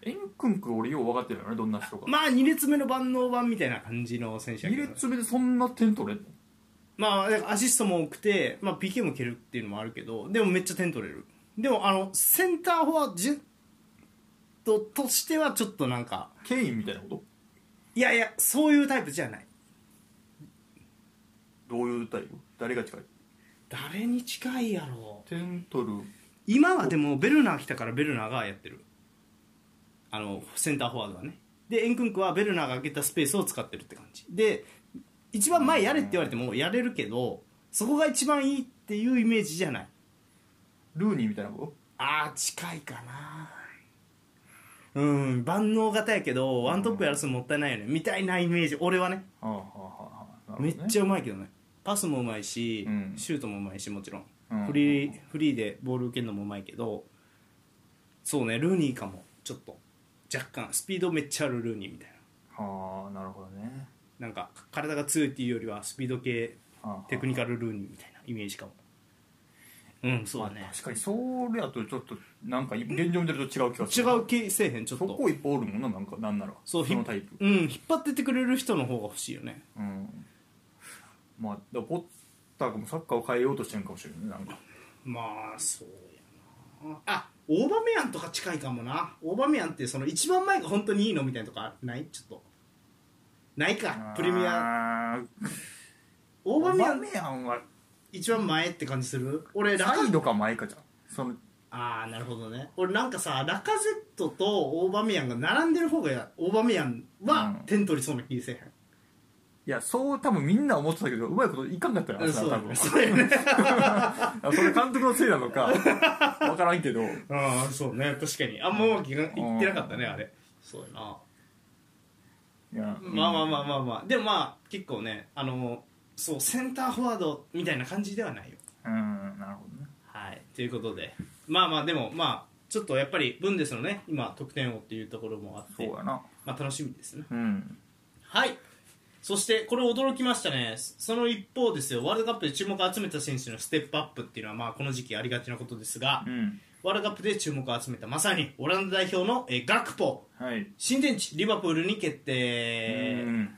Speaker 2: エンクンク俺よう分かってるよねどんな人か、
Speaker 1: まあ2列目の万能版みたいな感じの選手や
Speaker 2: 2
Speaker 1: けど
Speaker 2: 列目でそんな点取れんの
Speaker 1: まあだからアシストも多くて、まあ、PK も蹴るっていうのもあるけどでもめっちゃ点取れるでもあのセンターフォワードとしてはちょっとなんか
Speaker 2: ケインみたいなこと
Speaker 1: いやいやそういうタイプじゃない
Speaker 2: どういうタイプ誰が近い
Speaker 1: 誰に近いやろ
Speaker 2: 点取る
Speaker 1: 今はでもベルナー来たからベルナーがやってるあのセンターフォワードはねでエンクンクはベルナーが空けたスペースを使ってるって感じで一番前やれって言われてもやれるけどそこが一番いいっていうイメージじゃない
Speaker 2: ルーニーみたいなこ
Speaker 1: あー近いかなうん万能型やけどワントップやらすのもったいないよねみたいなイメージ俺はね
Speaker 2: とはあはあはあ
Speaker 1: めっち
Speaker 2: ゃ
Speaker 1: ゃうまいけどねパスもうまいし、
Speaker 2: うん
Speaker 1: シュートもうまいしもちろん、
Speaker 2: うん
Speaker 1: フリーフリーでボール受けるのもうまいけどそうねルーニーかもちょっと若干スピードめっちゃあるルーニーみたい
Speaker 2: はあなるほどね
Speaker 1: ななんか体が強いっていうよりはスピード系
Speaker 2: はあ
Speaker 1: テクニカルルーニーみたいなイメージかもうんそうだね
Speaker 2: 確かにそれやとちょっとなんか現状見てると違う気がす
Speaker 1: 違
Speaker 2: る
Speaker 1: う系せえへんちょっ
Speaker 2: そ
Speaker 1: と
Speaker 2: こ一歩おるもんななんかなんなら
Speaker 1: そう
Speaker 2: のタイプ
Speaker 1: うん引っ張ってってくれる人の方が欲しいよね
Speaker 2: うんまあだからポッターもサッカーを変えようとしてるかもしれないねなんか
Speaker 1: まあそうやなあオーバメヤンとか近いかもなオーバメヤンってその一番前が本当にいいのみたいなとかないちょっとないか プレミア
Speaker 2: ア
Speaker 1: オーバ
Speaker 2: バ
Speaker 1: メ
Speaker 2: メ
Speaker 1: ヤ
Speaker 2: ア
Speaker 1: ン
Speaker 2: ンは
Speaker 1: 一番前って感じする俺ラカ
Speaker 2: サイドか前かじゃんその
Speaker 1: ああなるほどね俺なんかさラカゼットとオーバメヤンが並んでる方がオーバメヤンは
Speaker 2: うん
Speaker 1: 点取りそうな気せえへん
Speaker 2: いやそう多分みんな思ってたけどうまいこといかんかったよ
Speaker 1: うん
Speaker 2: あ
Speaker 1: そう
Speaker 2: れ
Speaker 1: だ
Speaker 2: は多
Speaker 1: ね そうやね
Speaker 2: 分あそれ監督のせいなのか わからんけど
Speaker 1: ああそうね確かにあんまうまくいかいってなかったねあれそうやない
Speaker 2: や
Speaker 1: まあまあまあまあまあでもまあ結構ねあのそうセンターフォワードみたいな感じではないよ
Speaker 2: うんなるほどね
Speaker 1: はいということでまあまあでもまあちょっとやっぱりブンデスのね今得点王っていうところもあっ
Speaker 2: そ
Speaker 1: て
Speaker 2: うやな
Speaker 1: まあ楽しみですね
Speaker 2: うん
Speaker 1: はいそしてこれ驚きましたねその一方ですよワールドカップで注目を集めた選手のステップアップっていうのはまあこの時期ありがちなことですが、
Speaker 2: うん
Speaker 1: ワールドカップで注目を集めたまさにオランダ代表のえーガクポ
Speaker 2: はい
Speaker 1: 新天地リバプールに決定、
Speaker 2: うん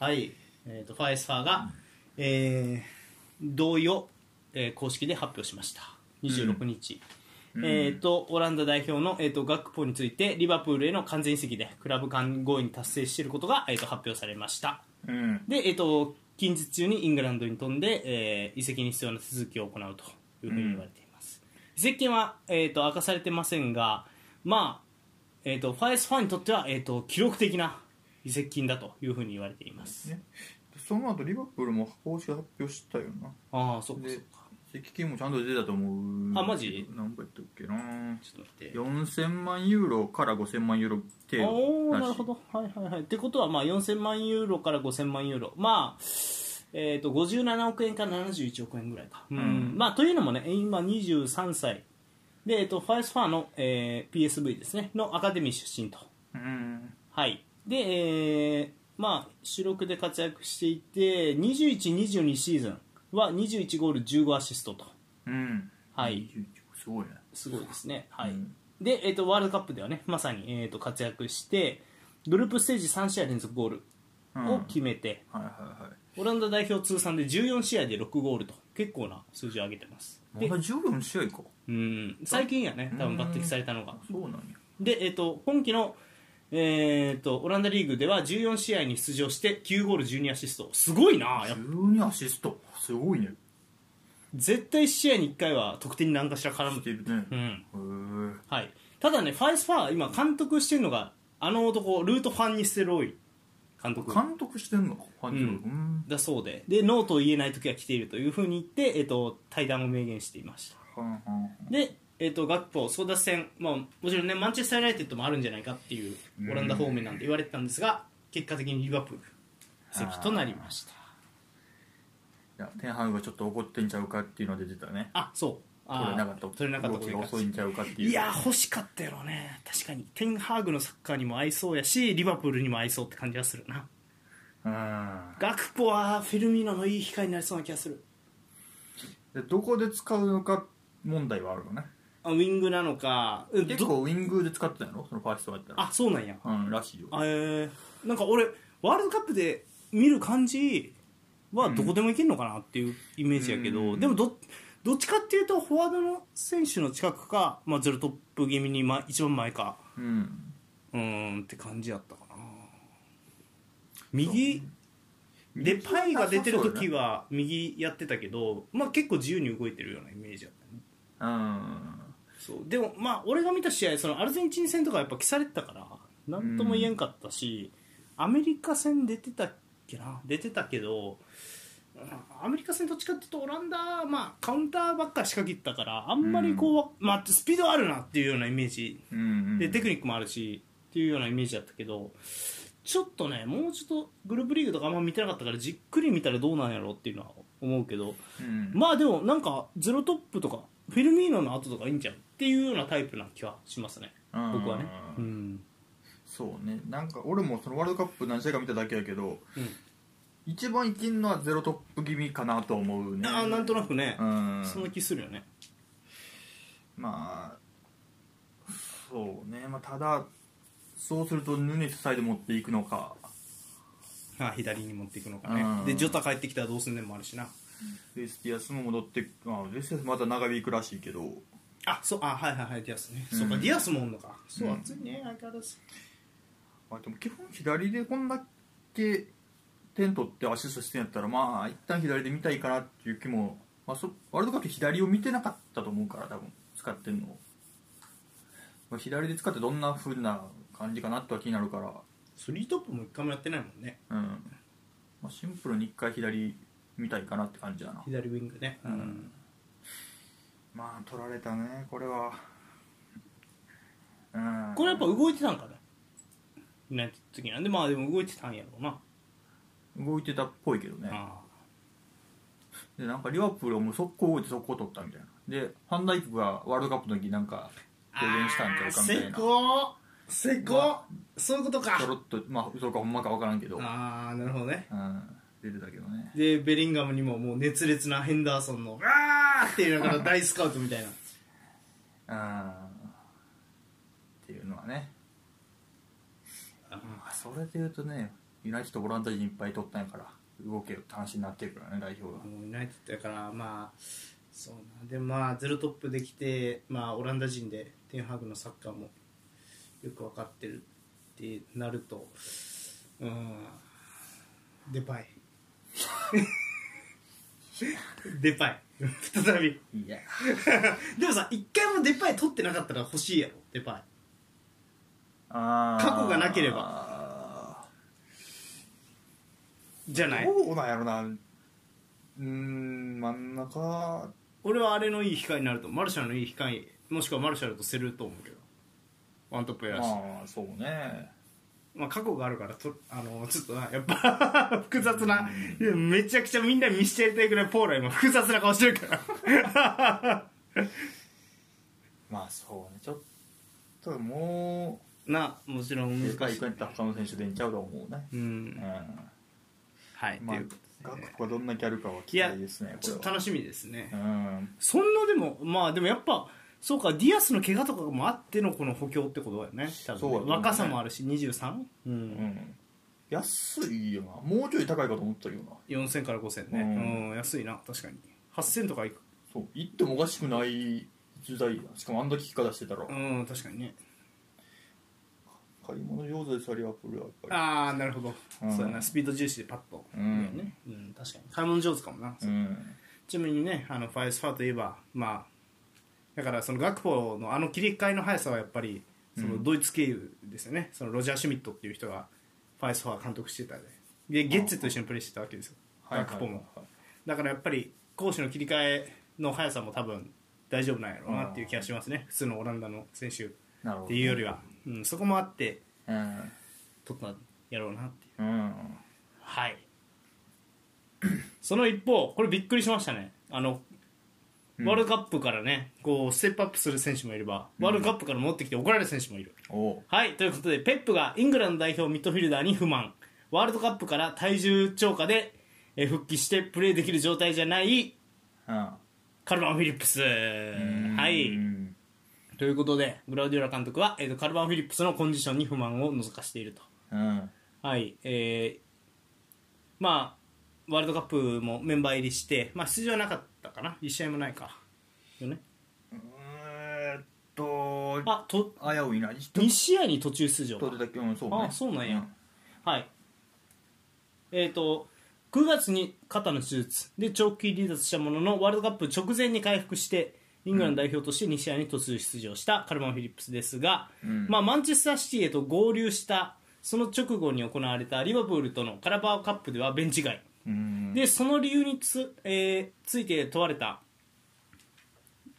Speaker 1: はい、えー、とファイスファーが、えー同意を、えー公式で発表しました26日、
Speaker 2: うん
Speaker 1: えー、とオランダ代表の、えー、とガクポについてリバプールへの完全移籍でクラブ間合意に達成していることが、えー、と発表されました
Speaker 2: うん
Speaker 1: で、えー、と近日中にイングランドに飛んで、えー移籍に必要な手続きを行うというふうに言われています、移籍金は、えー、と明かされてませんがまあえー、とファイスファーにとっては、えー、と記録的な移籍金だというふうに言われています、
Speaker 2: ね、その後リバプールも公式発表したよな
Speaker 1: ああそうか
Speaker 2: で
Speaker 1: そうか
Speaker 2: 席金もちゃんと出たと思う
Speaker 1: あマジ
Speaker 2: なんかやったっけな
Speaker 1: ちょっと待って
Speaker 2: 4000万ユーロから5000万ユーロ程
Speaker 1: お
Speaker 2: 度
Speaker 1: ー
Speaker 2: らしい
Speaker 1: なるほどはいはいはいってことはまあ4000万ユーロから5000万ユーロまあえー、と57億円から71億円ぐらいか、うん
Speaker 2: うん
Speaker 1: まあ、というのもね今23歳で、えー、とファイスファーの、えー PSV ですねのアカデミー出身と
Speaker 2: うん
Speaker 1: はいで、えーまあ、主力で活躍していて2122シーズンは21ゴール15アシストと
Speaker 2: うん
Speaker 1: はい
Speaker 2: 21すごいね
Speaker 1: すごいですね、はい
Speaker 2: うん
Speaker 1: で、えー、とワールドカップではねまさに、えー、と活躍してグループステージ3試合連続ゴール
Speaker 2: うん
Speaker 1: を決めて、
Speaker 2: はいは
Speaker 1: オランダ代表通算で14試合で6ゴールと結構な数字を上げてます
Speaker 2: いはい
Speaker 1: で
Speaker 2: まだ14試合か
Speaker 1: うん最近やね多分抜擢されたのが
Speaker 2: そうなんや
Speaker 1: で、えー、と今季の、えー、とオランダリーグでは14試合に出場して9ゴール12アシストすごいなやっぱ
Speaker 2: 12アシストすごいね
Speaker 1: 絶対1試合に1回は得点に何かしら絡
Speaker 2: し
Speaker 1: む
Speaker 2: てるね
Speaker 1: う
Speaker 2: へ
Speaker 1: ん
Speaker 2: え
Speaker 1: はい、ただね、ファイスファー、今、監督してるのが、あの男、ルート・ファンニステロイ監督
Speaker 2: 監督してんのかファンジョル
Speaker 1: う
Speaker 2: うん
Speaker 1: だそうででノーと言えない時は来ているというふうに言って、えっと対談を明言していました
Speaker 2: はんはんはん
Speaker 1: で、えっとガクポ争奪戦、まあ、もちろんねマンチェスター・ユナイテッドもあるんじゃないかっていうオランダ方面なんて言われてたんですが結果的にリバプール席となりました
Speaker 2: いやテンハグがちょっと怒ってんちゃうかっていうので出たね
Speaker 1: あそうあー
Speaker 2: 取れなかった
Speaker 1: 取れなかった
Speaker 2: 動きが遅いんちゃうかっていう
Speaker 1: いやー欲しかったやろね確かにテンハーグのサッカーにも合いそうやしリバプールにも合いそうって感じがするな
Speaker 2: うん
Speaker 1: ガクポはフェルミーノのいい機会になりそうな気がする
Speaker 2: でどこで使うのか問題はあるよね
Speaker 1: あウィングなのかうん
Speaker 2: 結
Speaker 1: ど
Speaker 2: 構ウィングで使ってたんやろそのファーストはやったら
Speaker 1: あそうなんや
Speaker 2: うんらしいよ
Speaker 1: あえー、なんか俺ワールドカップで見る感じはどこでもいけるのかなっていうイメージやけど、
Speaker 2: うん
Speaker 1: でもどどっちかっていうとフォワードの選手の近くか、まあ、ゼロトップ気味に、ま、一番前か
Speaker 2: うん
Speaker 1: うーんって感じやったかな右デパイが出てる時は右やってたけど、まあ、結構自由に動いてるようなイメージだったね
Speaker 2: うん
Speaker 1: そうでもまあ俺が見た試合そのアルゼンチン戦とかはやっぱ消されてたから何とも言えんかったし、アメリカ戦出てたっけな出てたけどうんアメリカ戦どっちかっていうとオランダ、まあ、カウンターばっかり仕掛けてたからあんまりこう、まあ、スピードあるなっていうようなイメージ
Speaker 2: うんうん
Speaker 1: でテクニックもあるしっていうようなイメージだったけどちょっとねもうちょっとグループリーグとかあんま見てなかったからじっくり見たらどうなんやろうっていうのは思うけど
Speaker 2: うん
Speaker 1: まあでもなんかゼロトップとかフェルミーノの後とかいいんじゃんっていうようなタイプな気はしますね
Speaker 2: うん
Speaker 1: 僕はねうん
Speaker 2: そうねなんか俺もそのワールドカップ何試合か見ただけやけど
Speaker 1: うん
Speaker 2: 一番生きんのはゼロトップ気味かなと思うね
Speaker 1: ああなんとなくね
Speaker 2: うん
Speaker 1: そんな気するよね
Speaker 2: まあそうね、まあ、ただそうするとヌネスサイド持っていくのか
Speaker 1: あ左に持っていくのか
Speaker 2: う
Speaker 1: ね
Speaker 2: ん
Speaker 1: でジョタ帰ってきたらどうすんねんもあるしな
Speaker 2: ウエスティアスも戻ってあウエスティアスまた長引くらしいけど
Speaker 1: あそうあはいはいはいディアスね
Speaker 2: うん
Speaker 1: そうかディアスもおんのかそう
Speaker 2: うん
Speaker 1: 暑いね相変わらず
Speaker 2: まあ、でも基本左でこんだけ点取ってアシストしてんやったらまあ一旦左で見たいかなっていう気も、まあ、そワールドカップ左を見てなかったと思うから多分使ってんのを、まあ、左で使ってどんな風な感じかなとは気になるから
Speaker 1: スリートップも一回もやってないもんね
Speaker 2: うん、まあ、シンプルに一回左見たいかなって感じだな
Speaker 1: 左ウィングね
Speaker 2: うんまあ取られたねこれはうん
Speaker 1: これやっぱ動いてたんかねユナイテッド的なんでまあでも動いてたんやろうな、
Speaker 2: 動いてたっぽいけどね
Speaker 1: あ
Speaker 2: でなんかリバプールはもう速攻動いて速攻取ったみたいなでファンダイクがワールドカップの時なんか
Speaker 1: あ
Speaker 2: 軽減したんちゃうかみたいな
Speaker 1: あー成功成功、そういうことか
Speaker 2: ちょろっとまあそうかほんまか分からんけど、う
Speaker 1: ああなるほどね
Speaker 2: ん、出てたけどね
Speaker 1: でベリンガムにももう熱烈なヘンダーソンの「あー!」っていうのから大スカウトみたいな
Speaker 2: うんっていうのはねまあそれで言うとねユナイテッドオランダ人いっぱい取ったんやから動けよって話になってるからね代表が
Speaker 1: もうユナイテッドやからまあそうなでまあゼロトップできてまあオランダ人でテンハグのサッカーもよく分かってるってなるとうんデパイ デパイ再び
Speaker 2: いや
Speaker 1: でもさ一回もデパイ取ってなかったら欲しいやろデパイ
Speaker 2: 過
Speaker 1: 過去がなければ
Speaker 2: ば
Speaker 1: じゃない
Speaker 2: どうなんやろなうーん真ん中
Speaker 1: 俺はあれのいい機会になるとマルシャルのいい機会もしくはマルシャルとセルと思うけどワントップやらし、
Speaker 2: まあそうね
Speaker 1: まあ、過去があるからとあのちょっとなやっぱ 複雑ないやめちゃくちゃみんなに見せてやりたいぐらいポーラ今複雑な顔してるから
Speaker 2: まあそうねちょっとも
Speaker 1: なもちろん
Speaker 2: う
Speaker 1: 難
Speaker 2: 世界
Speaker 1: しい
Speaker 2: 一にった他の選手出んちゃうと思うね
Speaker 1: う
Speaker 2: うん
Speaker 1: んはい、
Speaker 2: まあ
Speaker 1: ということで
Speaker 2: 学校がどんなキャルかは期待ですねこ
Speaker 1: ち
Speaker 2: れ
Speaker 1: ょっ
Speaker 2: は
Speaker 1: と楽しみですね、
Speaker 2: うん
Speaker 1: そんなでもまあでもやっぱそうかディアスの怪我とかもあってのこの補強ってことだよね多分ね
Speaker 2: そうだと思うね
Speaker 1: 若さもあるし 23?、う、
Speaker 2: うんん安いよなもうちょい高いかと思ったけどな
Speaker 1: 4000から5000ね、
Speaker 2: うん
Speaker 1: うん、安いな確かに8000とかいく
Speaker 2: そう行ってもおかしくない時代だしかもあんだけ聞き方してたら
Speaker 1: うん確かにね
Speaker 2: 買い物上手ですよリバプールはやっぱり
Speaker 1: ああなるほど、
Speaker 2: うん
Speaker 1: そうやなスピード重視でパッと、
Speaker 2: うん
Speaker 1: ね、うん、確かに買い物上手かもな、
Speaker 2: うん
Speaker 1: ちなみにねあのファイスファーといえばまあだからその学法のあの切り替えの速さはやっぱりそのドイツ経由ですよね、そのロジャー・シュミットっていう人がファイスファー監督してたででゲッツェと一緒にプレーしてたわけですよガクポもだからやっぱり攻守の切り替えの速さも多分大丈夫なんやろうなっていう気がしますね普通のオランダの選手っ
Speaker 2: なるほど
Speaker 1: ていうよりは、うん、そこもあって
Speaker 2: うん
Speaker 1: 取ったんやろうなっていう
Speaker 2: うん
Speaker 1: はい その一方これびっくりしましたねあの
Speaker 2: うん
Speaker 1: ワールドカップからねこうステップアップする選手もいれば、ワールドカップから持ってきて怒られる選手もいる
Speaker 2: おう
Speaker 1: はい、ということで、ペップがイングランド代表ミッドフィルダーに不満。ワールドカップから体重超過でえー復帰してプレーできる状態じゃない
Speaker 2: うん
Speaker 1: カルバン・フィリップス。は
Speaker 2: う
Speaker 1: い。
Speaker 2: ん
Speaker 1: ということで、グラウディオラ監督は、えーとカルバン・フィリップスのコンディションに不満を覗かしていると。
Speaker 2: うん
Speaker 1: はい、えーまあ、ワールドカップもメンバー入りして、まあ、出場はなかったかな、1試合もないか。よね、
Speaker 2: えーっと
Speaker 1: あと
Speaker 2: 危ういな一
Speaker 1: 2試合に途中出場か
Speaker 2: 人だけうんそうね
Speaker 1: あそうなんやはい。えっ、と、9月に肩の手術で長期離脱したものの、ワールドカップ直前に回復して、イングランド代表として2試合に突入出場したカルマン・フィリップスですが、
Speaker 2: うん
Speaker 1: まあ、マンチェスターシティへと合流した、その直後に行われたリバプールとのカラバーカップではベンチ外。
Speaker 2: うん
Speaker 1: で、その理由につ,、えーついて問われた、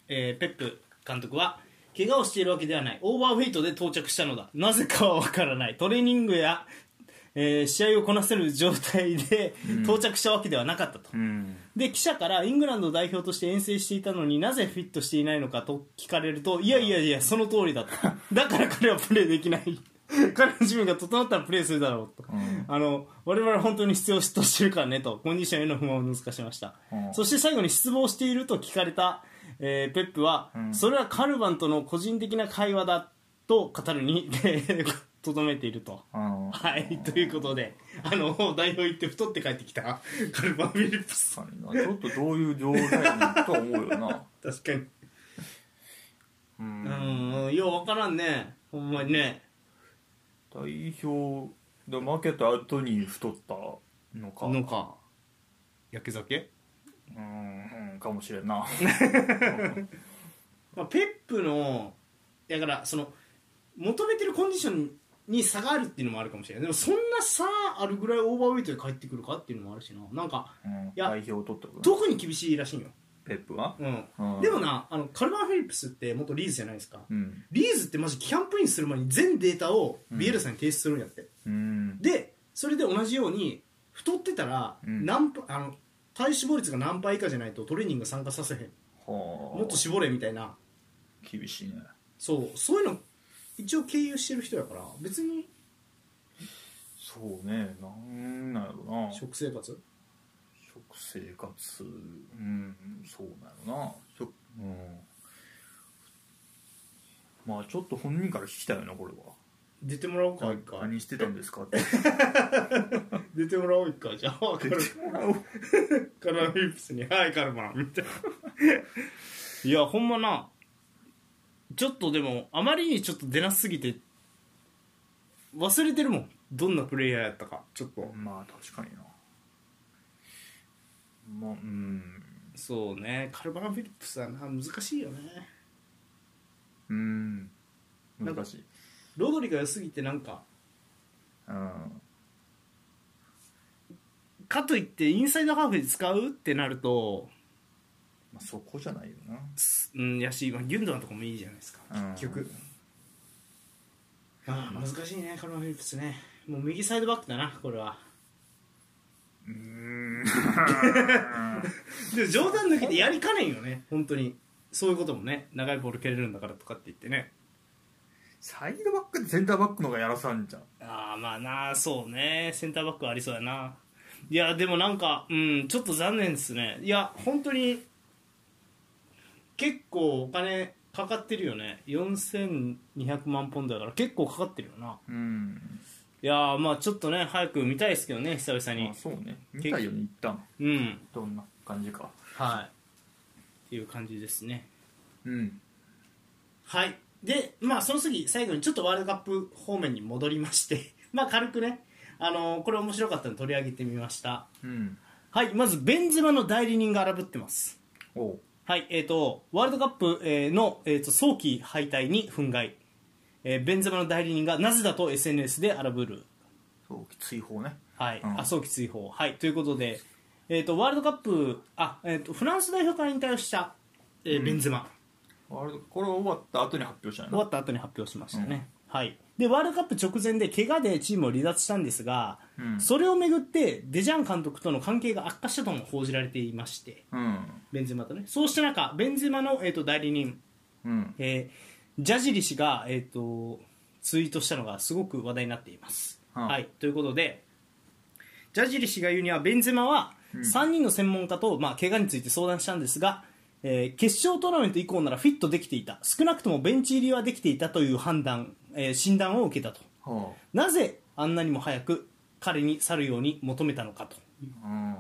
Speaker 1: えーペップ監督は、怪我をしているわけではない。オーバーフェイトで到着したのだ。なぜかはわからない。トレーニングや、えー試合をこなせる状態で到着したわけではなかったと。
Speaker 2: うん
Speaker 1: で、記者からイングランド代表として遠征していたのになぜフィットしていないのかと聞かれると、いやいやいや、その通り だと。だから彼はプレーできない。彼の自分が整ったらプレーするだろうと。
Speaker 2: うん
Speaker 1: あの我々は本当に必要としてるからねとコンディションへの不満を難かしました、
Speaker 2: うん
Speaker 1: そして最後に失望していると聞かれた、えーペップは、
Speaker 2: ん
Speaker 1: それはカルバンとの個人的な会話だと語るに とどめていると。
Speaker 2: うん
Speaker 1: はいということであの代表行って太って帰ってきたカルバン・フィリップス
Speaker 2: 確かになちょっとどういう状態なのとは思うよな
Speaker 1: 確かに
Speaker 2: う
Speaker 1: うんんよう分からんねほんまにね
Speaker 2: 代表で負けた後に太ったのか
Speaker 1: のか焼け酒、
Speaker 2: うんうんかもしれんな
Speaker 1: まあ、ペップのだからその求めてるコンディションに差があるっていうのもあるかもしれないでもそんな差あるぐらいオーバーウェイトで帰ってくるかっていうのもあるしななんか
Speaker 2: うん
Speaker 1: や
Speaker 2: 代表を取ったこと
Speaker 1: 特に厳しいらしいんよ、
Speaker 2: ペップは
Speaker 1: うん
Speaker 2: うん
Speaker 1: でもなあのカルバン・フィリップスって元リーズじゃないですか、
Speaker 2: うん
Speaker 1: リーズってマジキャンプインする前に全データをビエルさんに提出するんやって、
Speaker 2: うん
Speaker 1: でそれで同じように太ってたら、
Speaker 2: うん
Speaker 1: 何パあの体脂肪率が何パー以下じゃないとトレーニング参加させへん
Speaker 2: はあ
Speaker 1: もっと絞れみたいな
Speaker 2: 厳しいね
Speaker 1: そうそういうの一応経由してる人やから別に
Speaker 2: そうねなんなんやろな食
Speaker 1: 食生活
Speaker 2: 生活うんそうなんやろな食うんまあちょっと本人から聞きたいよなこれは
Speaker 1: 出てもらおうか一回
Speaker 2: 何してたんですかって
Speaker 1: 出てもらおう一回じゃあカルカルマンフィリップスに「はいカルマン」みたいな いやほんまなちょっとでもあまりにちょっと出なすぎて忘れてるもんどんなプレイヤーやったかちょっと
Speaker 2: まあ確かになまあうん
Speaker 1: そうねカルバン・フィリップスはな難しいよね
Speaker 2: うん難しい
Speaker 1: ロドリが良すぎてなんか
Speaker 2: うん
Speaker 1: かといってインサイドハーフで使うってなると
Speaker 2: まあ、そこじゃないよな
Speaker 1: すうんやし、まあ、ギュンドアンとかもいいじゃないですか
Speaker 2: うん
Speaker 1: 結局、ああ難しいねカルマン・フィリップスねもう右サイドバックだなこれは
Speaker 2: うーん
Speaker 1: でも冗談抜きでやりかねんよね本当にそういうこともね長いボール蹴れるんだからとかって言ってね
Speaker 2: サイドバックでセンターバックの方がやらさんじゃん
Speaker 1: ああまあなそうねセンターバックはありそうやないやでもなんかうんちょっと残念ですねいや本当に結構お金かかってるよね4200万ポンドだから結構かかってるよな
Speaker 2: うん
Speaker 1: いやーまあちょっとね早く見たいですけどね久々に
Speaker 2: あそうね見たいよね一旦
Speaker 1: うん
Speaker 2: どんな感じか
Speaker 1: はいっていう感じですね
Speaker 2: うん
Speaker 1: はいでまあその次最後にちょっとワールドカップ方面に戻りまして まあ軽くねあのーこれ面白かったので取り上げてみました
Speaker 2: うん
Speaker 1: はいまずベンゼマの代理人が荒ぶってます
Speaker 2: おう
Speaker 1: はいえー、とワールドカップえーの、えー、と早期敗退に憤慨、えーベンゼマの代理人がなぜだと SNS で荒ぶる
Speaker 2: そう追放ね
Speaker 1: はい、
Speaker 2: うん
Speaker 1: あ早期追放、はい、ということで、えー、とワールドカップあ、えー、とフランス代表から引退をした、えーベンゼマ、
Speaker 2: ワールドこれ終わった後に発表したんや
Speaker 1: 終
Speaker 2: な
Speaker 1: わった後に発表しましたね、はい、でワールドカップ直前で怪我でチームを離脱したんですが、
Speaker 2: うん
Speaker 1: それをめぐってデジャン監督との関係が悪化したとも報じられていまして
Speaker 2: うん
Speaker 1: ベンゼマとねそうした中ベンゼマの、えー、と代理人、
Speaker 2: うん
Speaker 1: えージャジリ氏が、えー、とツイートしたのがすごく話題になっています、
Speaker 2: うん
Speaker 1: はい、ということでジャジリ氏が言うにはベンゼマは3人の専門家と、まあ、怪我について相談したんですが、えー決勝トーナメント以降ならフィットできていた少なくともベンチ入りはできていたという判断、えー診断を受けたと
Speaker 2: は
Speaker 1: なぜあんなにも早く彼に去るように求めたのかと
Speaker 2: あうん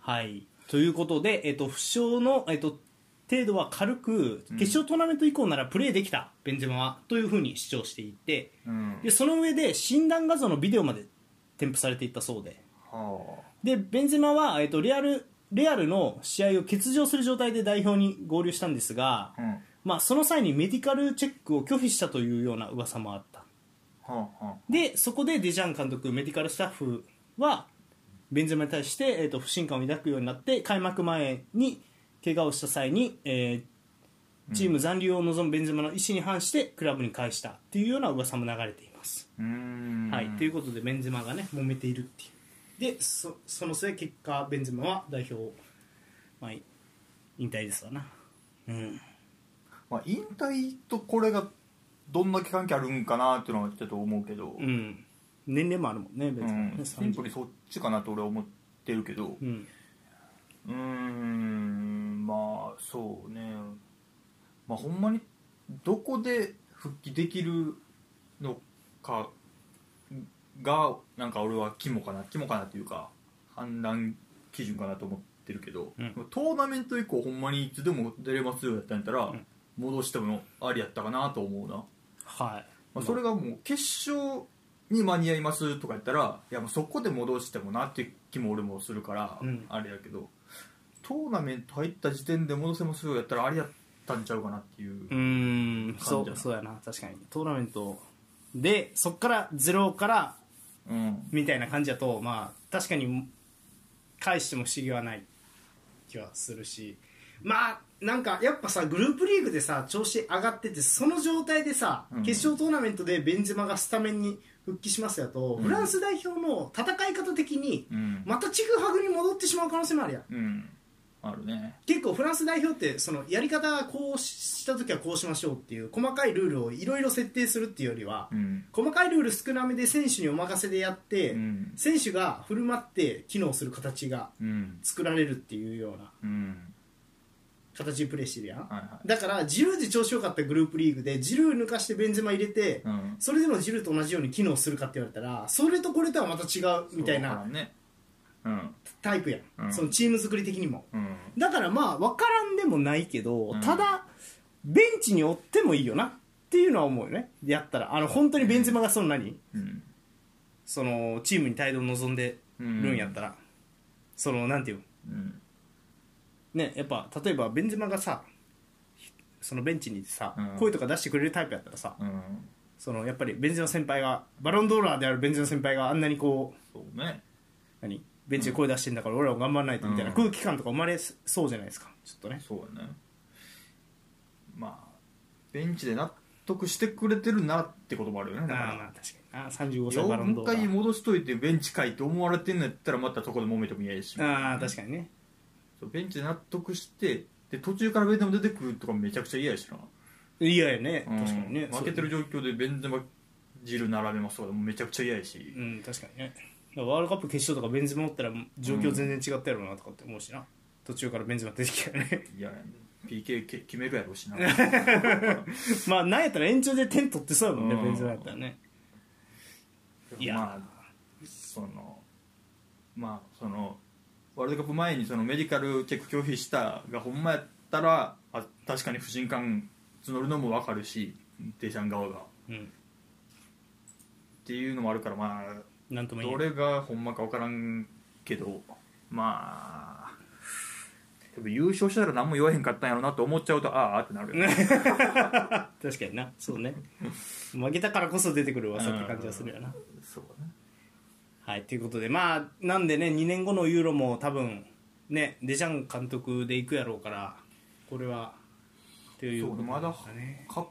Speaker 1: はい、ということで、えっと負傷の、えっと程度は軽く決勝トーナメント以降ならプレーできた、ベンゼマはというふうに主張していて
Speaker 2: うん
Speaker 1: でその上で診断画像のビデオまで添付されていったそうで
Speaker 2: は
Speaker 1: でベンゼマは、えっとレアルレアルの試合を欠場する状態で代表に合流したんですが
Speaker 2: あ、うんは
Speaker 1: まあ、その際にメディカルチェックを拒否したというような噂もあった
Speaker 2: あは
Speaker 1: でそこでデジャン監督メディカルスタッフはベンゼマに対して、えー、と不信感を抱くようになって開幕前に怪我をした際に、えーチーム残留を望むベンゼマの意思に反してクラブに返したっていうような噂も流れています、
Speaker 2: あうん
Speaker 1: はい、ということでベンゼマがね揉めているっていうでそその末結果ベンゼマは代表を、まあ、引退ですわなうん
Speaker 2: まあ引退とこれがどんだけ関係あるんかなっていうのはちょっと思うけど、
Speaker 1: うん年齢もあるもんねベンゼマね
Speaker 2: うんシンプ
Speaker 1: 30
Speaker 2: ルにそっちかなと俺は思ってるけど
Speaker 1: う
Speaker 2: うんーんまあそうねまあほんまにどこで復帰できるのかがなんか俺は肝かな肝かなっていうか判断基準かなと思ってるけど、
Speaker 1: うん
Speaker 2: トーナメント以降ほんまにいつでも出れますよやったんやったら、
Speaker 1: ん
Speaker 2: 戻してもありやったかなと思うな
Speaker 1: はい
Speaker 2: まあ、それがもう決勝に間に合いますとか言ったらいやもうそこで戻してもなっていう気も俺もするから、
Speaker 1: うん
Speaker 2: あれやけどトーナメント入った時点で戻せますよやったらありやったんちゃうかなっていう、
Speaker 1: うーんそ
Speaker 2: 感じや
Speaker 1: う
Speaker 2: な
Speaker 1: そうやな確かにトーナメントでそっからゼロから
Speaker 2: うん
Speaker 1: みたいな感じだとまあ確かに返しても不思議はない気はするしまあなんかやっぱさグループリーグでさ調子上がっててその状態でさ、
Speaker 2: うん
Speaker 1: 決勝トーナメントでベンゼマがスタメンに復帰しますやと、
Speaker 2: うん
Speaker 1: フランス代表の戦い方的に
Speaker 2: うん、
Speaker 1: またちぐはぐに戻ってしまう可能性もあるやん
Speaker 2: うん、あるね
Speaker 1: 結構フランス代表ってそのやり方こうした時はこうしましょうっていう細かいルールをいろいろ設定するっていうよりは、
Speaker 2: うん、
Speaker 1: 細かいルール少なめで選手にお任せでやって、
Speaker 2: うん
Speaker 1: 選手が振る舞って機能する形が
Speaker 2: うん
Speaker 1: 作られるっていうような
Speaker 2: うん
Speaker 1: 形でプレーしてるやん、
Speaker 2: はいはい
Speaker 1: だからジルーで調子良かったグループリーグでジルー抜かしてベンゼマ入れて、
Speaker 2: うん
Speaker 1: それでもジルーと同じように機能するかって言われたらそれとこれとはまた違うみたい
Speaker 2: そうだ
Speaker 1: な
Speaker 2: ねうん
Speaker 1: タイプやん、
Speaker 2: うん
Speaker 1: そのチーム作り的にも。
Speaker 2: うん
Speaker 1: だからまあ分からんでもないけど、
Speaker 2: うん
Speaker 1: ただベンチにおってもいいよなっていうのは思うよねやったらあの本当にベンゼマがその何、
Speaker 2: うん
Speaker 1: そのチームに態度を望んでるんやったら、そのなんていう
Speaker 2: うん
Speaker 1: のねやっぱ例えばベンゼマがさそのベンチにいてさ、
Speaker 2: うん
Speaker 1: 声とか出してくれるタイプやったらさ
Speaker 2: うん
Speaker 1: そのやっぱりベンゼマ先輩がバロンドーラーであるベンゼマ先輩があんなにこう
Speaker 2: そうね
Speaker 1: 何ベンチで声出してんだから俺らも頑張らないとみたいな
Speaker 2: うん
Speaker 1: 空気感とか生まれそうじゃないですかちょっとね
Speaker 2: そうやねまあベンチで納得してくれてるならってこともあるよねだ
Speaker 1: ああ
Speaker 2: か
Speaker 1: まあ確かにあ35
Speaker 2: ら
Speaker 1: 歳
Speaker 2: よ
Speaker 1: バロン
Speaker 2: も
Speaker 1: ド
Speaker 2: う一
Speaker 1: ーラ
Speaker 2: 回
Speaker 1: ー
Speaker 2: 戻しといてベンチかいって思われてんのやったらまたそこで揉めても嫌いし
Speaker 1: ああ確かにね
Speaker 2: そうベンチで納得してで途中からベンゼマ出てくるとかめちゃくちゃ嫌やしな
Speaker 1: 嫌やね
Speaker 2: うん
Speaker 1: 確かにね
Speaker 2: 負けてる状況でベンゼマ汁並べますとかもうめちゃくちゃ嫌やし
Speaker 1: うん確かにねだからワールドカップ決勝とかベンゼマ持ったら状況全然違ったやろうなとかって思うしな、途中からベンゼマ出てきたらね
Speaker 2: 嫌やね PK け決めるやろうしな
Speaker 1: まあなんやったら延長で点取ってそうやもんね、
Speaker 2: うん
Speaker 1: ベンゼマやったらねいや
Speaker 2: まあそのまあそのワールドカップ前にそのメディカルチェック拒否したがほんまやったらあ確かに不信感募るのも分かるしデシャン側がっ
Speaker 1: うん
Speaker 2: ていうのもあるからまあ
Speaker 1: なんとも言え
Speaker 2: ど
Speaker 1: ない
Speaker 2: れがほんまか分からんけどまあでも優勝したら何も言わへんかったんやろなと思っちゃうとああってなるよ ね
Speaker 1: 確かになそうね負けたからこそ出てくる噂って感じはするやな
Speaker 2: そうだね
Speaker 1: はい、ということで、まあ、なんでね、2年後のユーロも多分、ね、デジャン監督で行くやろうから、これは、という
Speaker 2: そう
Speaker 1: こと
Speaker 2: まだ
Speaker 1: だね。
Speaker 2: 発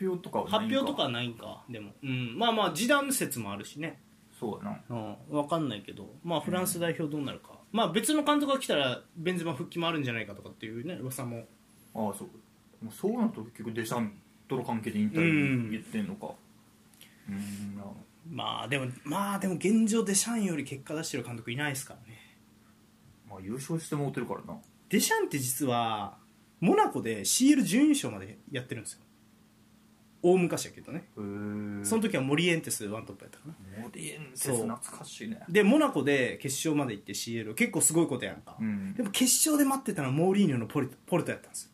Speaker 2: 表とかはない
Speaker 1: 発
Speaker 2: ん
Speaker 1: 表とかはないんか、でも。うん。まあまあ、時短説もあるしね。
Speaker 2: そうやな
Speaker 1: うん、わかんないけど、まあ、フランス代表どうなるか。まあ、別の監督が来たら、ベンゼマ復帰もあるんじゃないかとかっていうね、噂も。
Speaker 2: ああそうもうそうなると結局デシャンとの関係で引退言ってんのかうんんな
Speaker 1: まあ、でも、まあ、でも現状、デシャンより結果出してる監督いないですからね。
Speaker 2: まあ優勝してもうてるからな
Speaker 1: デシャンって実はモナコで CL 準優勝までやってるんですよ大昔やけどね
Speaker 2: へえ
Speaker 1: その時はモリエンテスワントップやったかな
Speaker 2: モディエンテス
Speaker 1: そう
Speaker 2: 懐かしいね
Speaker 1: でモナコで決勝まで行って CL 結構すごいことやんか、
Speaker 2: うん
Speaker 1: でも決勝で待ってたのはモーリーニョのポリポルトやったんですよ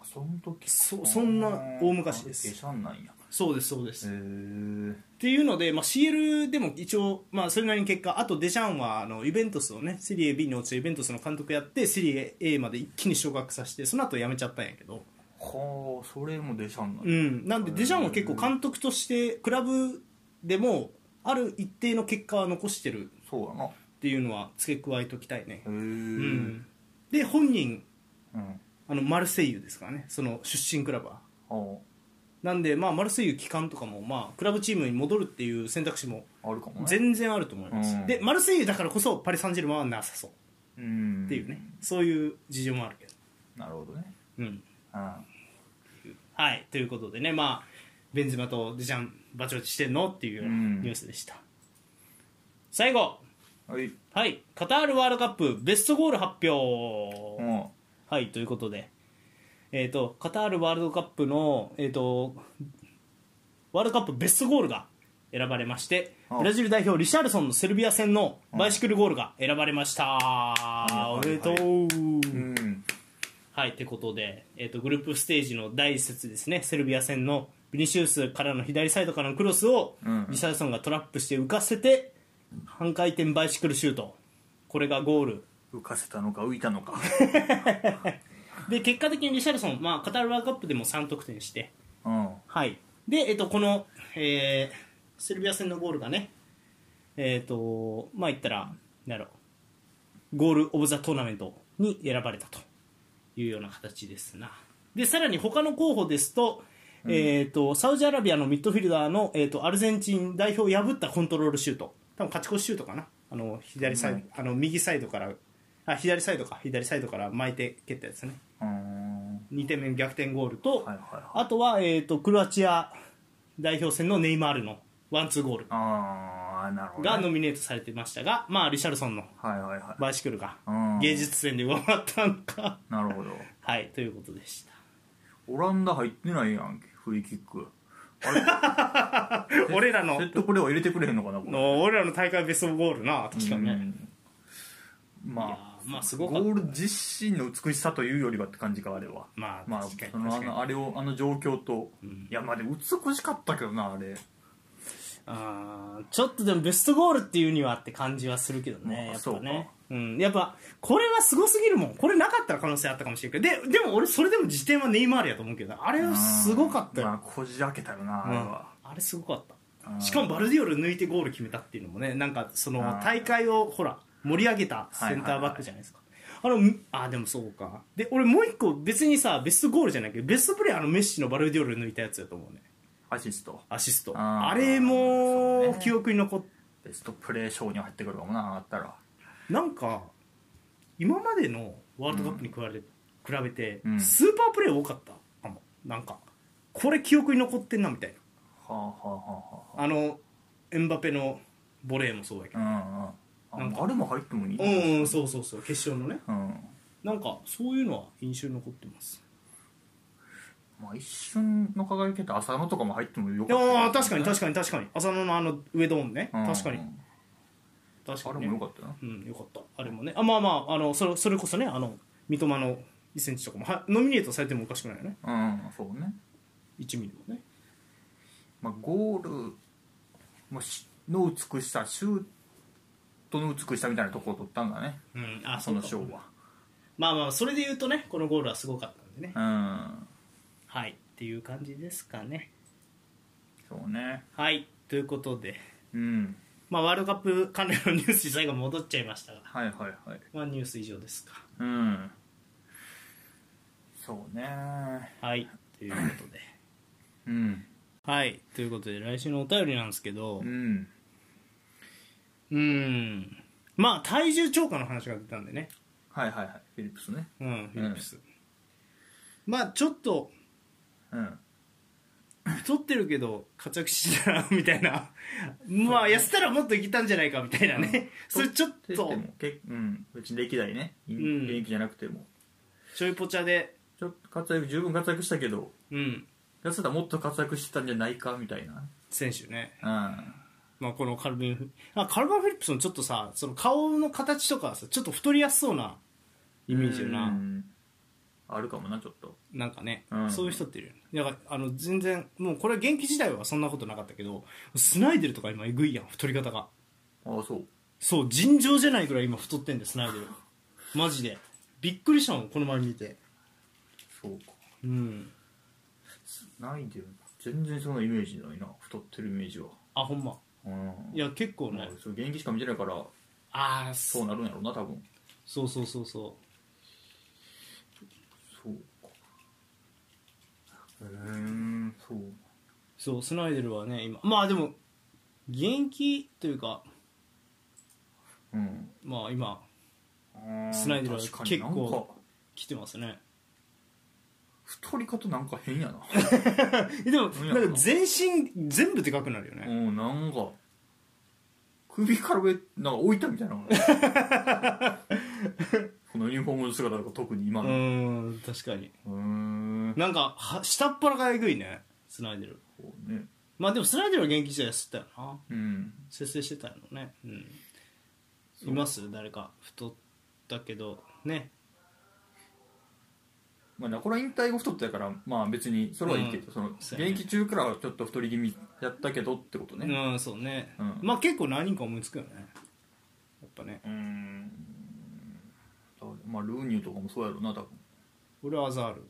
Speaker 2: あその時か
Speaker 1: そそんな大昔です
Speaker 2: デシャンなんや
Speaker 1: そうですそうです、
Speaker 2: へ
Speaker 1: っ
Speaker 2: え
Speaker 1: ていうので、まあ、CL でも一応、まあ、それなりに結果あとデシャンはあのイベントスをねセリエ B に落ちてイベントスの監督やってセリエ A まで一気に昇格させてその後辞めちゃったんやけど、
Speaker 2: はあそれもデシャンなん
Speaker 1: う
Speaker 2: や
Speaker 1: ん、なんでデジャンは結構監督としてクラブでもある一定の結果は残してる
Speaker 2: そうだなへ
Speaker 1: っていうのは付け加えときたいね
Speaker 2: え、う
Speaker 1: うん、で本人
Speaker 2: うん
Speaker 1: あのマルセイユですからねその出身クラブは
Speaker 2: あ
Speaker 1: なんで、まあ、マルセイユ帰還とかも、まあ、クラブチームに戻るっていう選択肢も
Speaker 2: ああるかもね
Speaker 1: 全然あると思います、
Speaker 2: うん
Speaker 1: でマルセイユだからこそパリ・サンジェルマンはなさそう
Speaker 2: うん
Speaker 1: っていうね、そういう事情もあるけど、
Speaker 2: なるほどね
Speaker 1: うん、
Speaker 2: うん
Speaker 1: はい、ということでね、まあ、ベンゼマとデジャン、バチバチしてんのっていうような
Speaker 2: うん
Speaker 1: ニュースでした。最後、
Speaker 2: はい
Speaker 1: はい、カタールワールドカップベストゴール発表、
Speaker 2: うん
Speaker 1: はい、ということで、えーと、カタールワールドカップの、えーと、ワールドカップベストゴールが選ばれまして、
Speaker 2: あ
Speaker 1: ブラジル代表リシャルソンのセルビア戦のバイシクルゴールが選ばれました。
Speaker 2: い
Speaker 1: おめでとう。
Speaker 2: うん
Speaker 1: はい、ということで、えー、とグループステージの第1節ですね、セルビア戦のビニシウスからの左サイドからのクロスを
Speaker 2: うん
Speaker 1: リシャルソンがトラップして浮かせて、半回転バイシクルシュート、これがゴール、
Speaker 2: 浮かせたのか浮いた のか
Speaker 1: で結果的にリシャルソン、まあ、カタールワールドカップでも3得点して、
Speaker 2: うん
Speaker 1: はいでえー、とこの、えーセルビア戦のゴールがね、えーとまあ、言ったら、なんだろう、ゴール・オブ・ザ・トーナメントに選ばれたと。いうような形ですな。で、さらに他の候補ですと、えーと、サウジアラビアのミッドフィルダーの、えーと、アルゼンチン代表を破ったコントロールシュート。多分勝ち越しシュートかな。あの、左サイド、
Speaker 2: うん
Speaker 1: あの、右サイドから、あ、左サイドか、左サイドから巻いて蹴ったやつね。
Speaker 2: うん
Speaker 1: 2点目の逆転ゴールと、
Speaker 2: はいはいはい
Speaker 1: あとは、えーと、クロアチア代表戦のネイマールのワンツーゴール
Speaker 2: ああなるほど、ね、
Speaker 1: がノミネートされてましたが、まあ、リシャルソンの
Speaker 2: はいはいは
Speaker 1: バイシクルが
Speaker 2: うん
Speaker 1: 芸術戦で上回ったのか。
Speaker 2: いなるほど
Speaker 1: はい、ということでした。
Speaker 2: オランダ入ってないやんけフリーキック
Speaker 1: 俺らの
Speaker 2: セットプレーを入れてくれへんのかなこれ
Speaker 1: の俺らの大会ベストゴールな確かにね、
Speaker 2: うん
Speaker 1: いや
Speaker 2: ま
Speaker 1: ーまあす
Speaker 2: あ
Speaker 1: ご
Speaker 2: ゴ
Speaker 1: かった
Speaker 2: ール自身の美しさというよりはって感じかあれは
Speaker 1: まあ
Speaker 2: まあ
Speaker 1: 確かに
Speaker 2: そのあ
Speaker 1: 確かに
Speaker 2: のあれをあの状況と、いやまあでも美しかったけどなあれ
Speaker 1: あーちょっとでもベストゴールっていうにはって感じはするけどね
Speaker 2: まあ
Speaker 1: やっぱ
Speaker 2: そう
Speaker 1: ね
Speaker 2: か
Speaker 1: うん、やっぱこれはすごすぎるもんこれなかったら可能性あったかもしれんけどででも俺それでも時点はネイマールやと思うけどあれはすごかった
Speaker 2: まあ
Speaker 1: よ、
Speaker 2: こじ開けたよなあ
Speaker 1: うん
Speaker 2: れ
Speaker 1: あ
Speaker 2: は、
Speaker 1: れすごかった
Speaker 2: うん
Speaker 1: しかもバルディオル抜いてゴール決めたっていうのもねなんかその
Speaker 2: うん
Speaker 1: 大会をほら盛り上げたセンターバックじゃないですか、あのあでもそうかで俺もう一個別にさベストゴールじゃないけどベストプレーあのメッシのバルディオル抜いたやつだと思うね
Speaker 2: アシスト
Speaker 1: アシスト
Speaker 2: あ
Speaker 1: あ
Speaker 2: ー
Speaker 1: れ
Speaker 2: そう
Speaker 1: も
Speaker 2: ね
Speaker 1: 記憶に残っ
Speaker 2: ベストプレー賞に入ってくるかもなあったら
Speaker 1: なんか今までのワールドカップに比べ,、比べて、
Speaker 2: うん
Speaker 1: スーパープレー多かったかもなんかこれ記憶に残ってんなみたい
Speaker 2: はあはあはあは
Speaker 1: なあのエンバペのボレーもそうやけ
Speaker 2: あ
Speaker 1: ど、
Speaker 2: うんうん
Speaker 1: なん
Speaker 2: ああれも入ってもいい
Speaker 1: うん、うん
Speaker 2: うん
Speaker 1: そうそうそう決勝のねなんかそういうのは印象に残ってます
Speaker 2: まあ一瞬の輝きって浅野とかも入ってもよ
Speaker 1: いや
Speaker 2: か
Speaker 1: ー
Speaker 2: った
Speaker 1: 確かに確かに確かに浅野のあの上ドーンね、
Speaker 2: うん
Speaker 1: 確かに
Speaker 2: うん
Speaker 1: 確か
Speaker 2: あ
Speaker 1: に、ね、
Speaker 2: れもよかったな
Speaker 1: うん、よかったあれもねあまあまああのそれそれこそねあの三笘の1センチとかもはノミネートされてもおかしくないよね
Speaker 2: うんそうね
Speaker 1: 1ミリもね
Speaker 2: まあ、ゴールもしの美しさシュートの美しさみたいなところを取ったんだね
Speaker 1: うんあ
Speaker 2: その賞は
Speaker 1: まあまあそれで言うとねこのゴールはすごかったんでね
Speaker 2: うん
Speaker 1: はいっていう感じですかね
Speaker 2: そうね
Speaker 1: はいということで
Speaker 2: うん
Speaker 1: まあ、ワールドカップ関連のニュースに最後戻っちゃいましたが、
Speaker 2: はいはいはい
Speaker 1: まあ、ニュース以上ですか。
Speaker 2: うんそうね
Speaker 1: はい、ということで。
Speaker 2: うん
Speaker 1: はい、ということで、来週のお便りなんですけど
Speaker 2: う、ん
Speaker 1: うん、まあ、体重超過の話が出たんでね、
Speaker 2: はいはいはいフィリップスね
Speaker 1: うん、フィリップス。まあ、ちょっと、
Speaker 2: うん
Speaker 1: 太ってるけど活躍してたなみたいなまあ痩せたらもっといけたんじゃないかみたいなね、それちょっ
Speaker 2: って言
Speaker 1: と
Speaker 2: ってもけうん別に歴代ね現
Speaker 1: ん
Speaker 2: 役じゃなくても、
Speaker 1: ちょいぽちゃで
Speaker 2: ちょっと活躍十分活躍したけど
Speaker 1: うん
Speaker 2: 痩せたらもっと活躍してたんじゃないかみたいな
Speaker 1: 選手ね、
Speaker 2: うん
Speaker 1: まあ、このカルビンフあカルバン・フィリップスのちょっとさその顔の形とかさちょっと太りやすそうなイメージよ
Speaker 2: う
Speaker 1: なん
Speaker 2: あるかもなちょっと
Speaker 1: なんかね、
Speaker 2: うん
Speaker 1: そういう人っているよねだからあの全然もうこれ元気時代はそんなことなかったけどスナイデルとか今えぐいやん太り方が
Speaker 2: ああそう
Speaker 1: そう尋常じゃないぐらい今太ってんだよスナイデルマジでびっくりしたもんこの前見て
Speaker 2: そうか
Speaker 1: うん
Speaker 2: ないで全然そのイメージないな太ってるイメージは
Speaker 1: あほんま
Speaker 2: うん
Speaker 1: いや結構
Speaker 2: まあ
Speaker 1: ね、
Speaker 2: そう現役しか見てないから
Speaker 1: ああ
Speaker 2: そ
Speaker 1: そう
Speaker 2: なるんやろうな多分
Speaker 1: そうそうそうそ
Speaker 2: そうかうーんそう
Speaker 1: うそうスナイデルはね今まあでも元気というか
Speaker 2: うん
Speaker 1: まあ今
Speaker 2: あー
Speaker 1: スナイデルは
Speaker 2: 確かに
Speaker 1: 結構
Speaker 2: なんか
Speaker 1: 来てますね
Speaker 2: 太り方なんか変やな
Speaker 1: えでも
Speaker 2: うん
Speaker 1: なんか全身全部でかくなるよ
Speaker 2: う
Speaker 1: ね、
Speaker 2: んなんか首から上なんか置いたみたいな このユニフォームの姿とか特に今
Speaker 1: う
Speaker 2: のう
Speaker 1: ーん確かに
Speaker 2: ーん
Speaker 1: なんかは下っ腹がえぐいねスナイデル
Speaker 2: こうね
Speaker 1: まあでもスナイデルは元気時代痩せてたよな
Speaker 2: うん
Speaker 1: 節制してたよねうんいます誰か太ったけどね
Speaker 2: まあ、これは引退後太ってたから、まあ、別にそれはいいけど、
Speaker 1: うん
Speaker 2: その現
Speaker 1: そうやね
Speaker 2: 役中からはちょっと太り気味やったけどってことね
Speaker 1: うんそうね、
Speaker 2: うん
Speaker 1: まあ結構何人か思いつくよねやっぱね
Speaker 2: うーんまあルーニューとかもそうやろうな多分
Speaker 1: 俺はアザール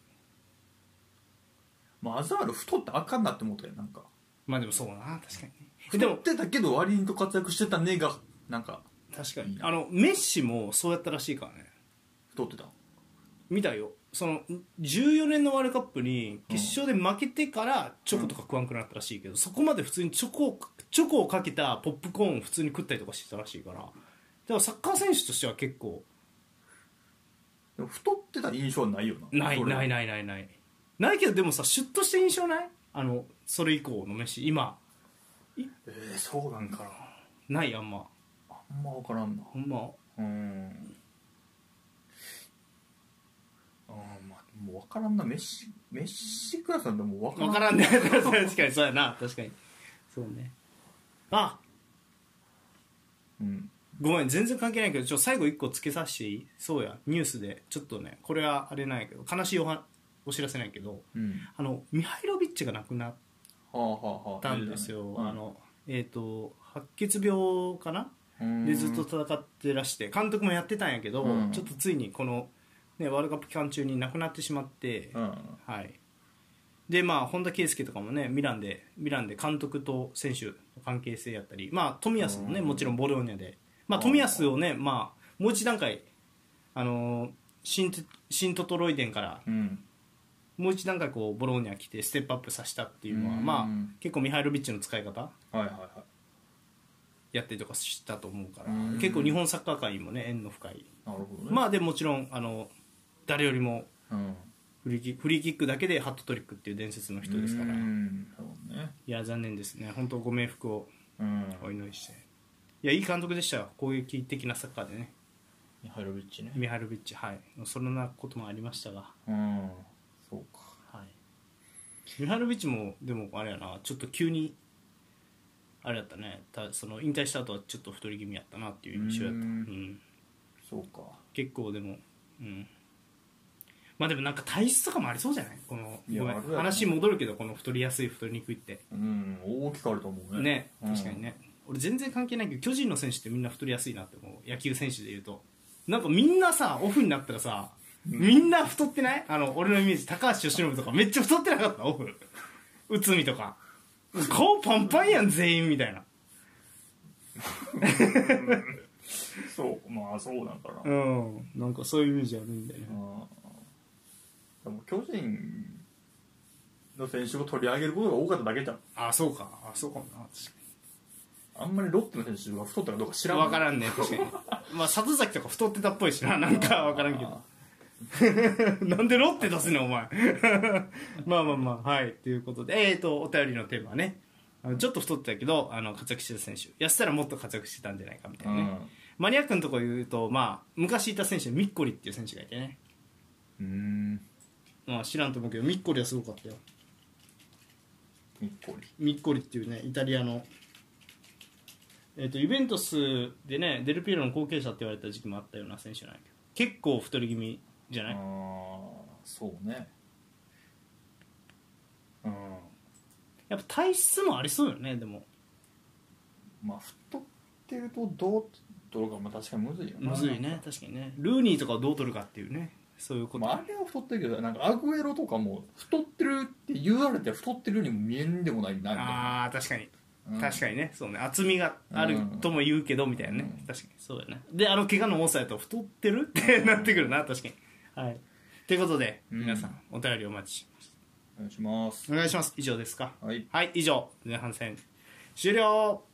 Speaker 2: まあアザール太ってあかんなって思ったよなんか
Speaker 1: まあでもそうな確かにねえで
Speaker 2: 太
Speaker 1: も
Speaker 2: ってたけど割と活躍してたねがなんか
Speaker 1: 確か
Speaker 2: いい
Speaker 1: に
Speaker 2: な
Speaker 1: あのメッシもそうやったらしいからね
Speaker 2: 太ってた
Speaker 1: 見たよその14年のワールドカップに決勝で負けてからチョコとか食わんくなったらしいけど、そこまで普通にチョコをチョコをかけたポップコーンを普通に食ったりとかしてたらしいからだからサッカー選手としては結構
Speaker 2: でも太ってた印象はないよな
Speaker 1: ないない
Speaker 2: い
Speaker 1: ないないないないけどでもさシュッとした印象ないあのそれ以降のメッシ今
Speaker 2: えー、そうなんかな
Speaker 1: ないあんま
Speaker 2: あんま分からんな
Speaker 1: ほんま
Speaker 2: うーんあーまあもう分からんなメッシメッシクラスなんてもう分からん
Speaker 1: 分からんね 確かにそうやな確かにそうねあ
Speaker 2: うん
Speaker 1: ごめん全然関係ないけどちょ最後一個つけさせていいそうやニュースでちょっとねこれはあれないけど悲しいおはお知らせないけど
Speaker 2: うん
Speaker 1: あのミハイロビッチが亡くなっ
Speaker 2: はあはあはあ
Speaker 1: たんですよ、
Speaker 2: うん
Speaker 1: あのえっ、と白血病かな
Speaker 2: うん
Speaker 1: でずっと戦ってらして監督もやってたんやけど、
Speaker 2: うん
Speaker 1: ちょっとついにこの、ね、ワールドカップ期間中に亡くなってしまって、
Speaker 2: うん
Speaker 1: はいでまあ本田圭佑とかもねミランでミランで監督と選手の関係性やったりまあ冨安もね
Speaker 2: うん
Speaker 1: もちろんボローニャでまあ冨安をねまあもう一段階あのー新テ新トトロイデンから
Speaker 2: うん
Speaker 1: もう一段階こうボローニャ来てステップアップさせたっていうのは
Speaker 2: うん
Speaker 1: まあ結構ミハイロビッチの使い方
Speaker 2: はいはいはい
Speaker 1: やったりとかしたと思うから
Speaker 2: うん
Speaker 1: 結構日本サッカー界にもね縁の深い
Speaker 2: なるほどね
Speaker 1: まあでもちろんあの誰よりも
Speaker 2: うん
Speaker 1: フリーキックフリーキックだけでハットトリックっていう伝説の人ですから
Speaker 2: う
Speaker 1: い
Speaker 2: んそうね
Speaker 1: や残念ですね本当ご冥福を
Speaker 2: うん
Speaker 1: お祈りしていやいい監督でしたよ攻撃的なサッカーでね
Speaker 2: ミハイロビッチね
Speaker 1: ミハルビッチはいそんなこともありましたが、
Speaker 2: うんそうか
Speaker 1: はい、ミハルビッチもでもあれやなちょっと急にあれやったねたその引退した後はちょっと太り気味やったなっていう印象やった
Speaker 2: う
Speaker 1: うんん、
Speaker 2: そうか
Speaker 1: 結構でもうんまあでもなんか体質とかもありそうじゃないこの
Speaker 2: いや
Speaker 1: ごめん
Speaker 2: あるやろ
Speaker 1: 話戻るけどこの太りやすい太りにくいって
Speaker 2: うん大きくあると思うね
Speaker 1: ね
Speaker 2: うん
Speaker 1: 確かにね、俺全然関係ないけど巨人の選手ってみんな太りやすいなって思う野球選手でいうとなんかみんなさオフになったらさみんな太ってないあの俺のイメージ高橋由伸とかめっちゃ太ってなかったオフ内海とか顔パンパンやん全員みたいな
Speaker 2: そうまあそうなんか
Speaker 1: う
Speaker 2: な、
Speaker 1: んなんかそういうイメージあるんだよね
Speaker 2: あーでも巨人の選手を取り上げることが多かっただけじゃん
Speaker 1: あそうかあそうかもな
Speaker 2: あんまりロッテの選手が太ったかどうか知らん
Speaker 1: 分からんね確か にまあ里崎とか太ってたっぽいしななんか分からんけど なんでロッテ出すねんお前 まあまあまあはいということでえっ、ー、とお便りのテーマはねあのちょっと太ってたけどあの活躍してた選手痩せたらもっと活躍してたんじゃないかみたいうなね、
Speaker 2: ん
Speaker 1: マニアックのところ言うと、まあ、昔いた選手ミッコリっていう選手がいてね、
Speaker 2: うん
Speaker 1: まあ、知らんと思うけどミッコリはすごかったよ
Speaker 2: 日光に
Speaker 1: ミッコリっていうねイタリアの、えー、とユベントスでねデルピエロの後継者って言われた時期もあったような選手なんやけど結構太り気味じゃない、
Speaker 2: ああそうねうん
Speaker 1: やっぱ体質もありそうよねでも
Speaker 2: まあ太ってるとどう取るかも確かにむずいよな
Speaker 1: むずいね確かにねルーニーとかをどう取るかっていうねそういうこと、
Speaker 2: まあ、あれは太ってるけどなんかアグエロとかも太ってるって言われて太ってるようにも見えんでもないなみたいな
Speaker 1: ああー確かに
Speaker 2: うん
Speaker 1: 確かにねそうね厚みがあるとも言うけどみたいなね、
Speaker 2: うん
Speaker 1: 確かにそうだねであの怪我の多さやと太ってるってなってくるな確かにはいということで
Speaker 2: うん
Speaker 1: 皆さんお便りお待ちします
Speaker 2: お願いします
Speaker 1: お願いします以上ですか
Speaker 2: はい
Speaker 1: はい以上前半戦終了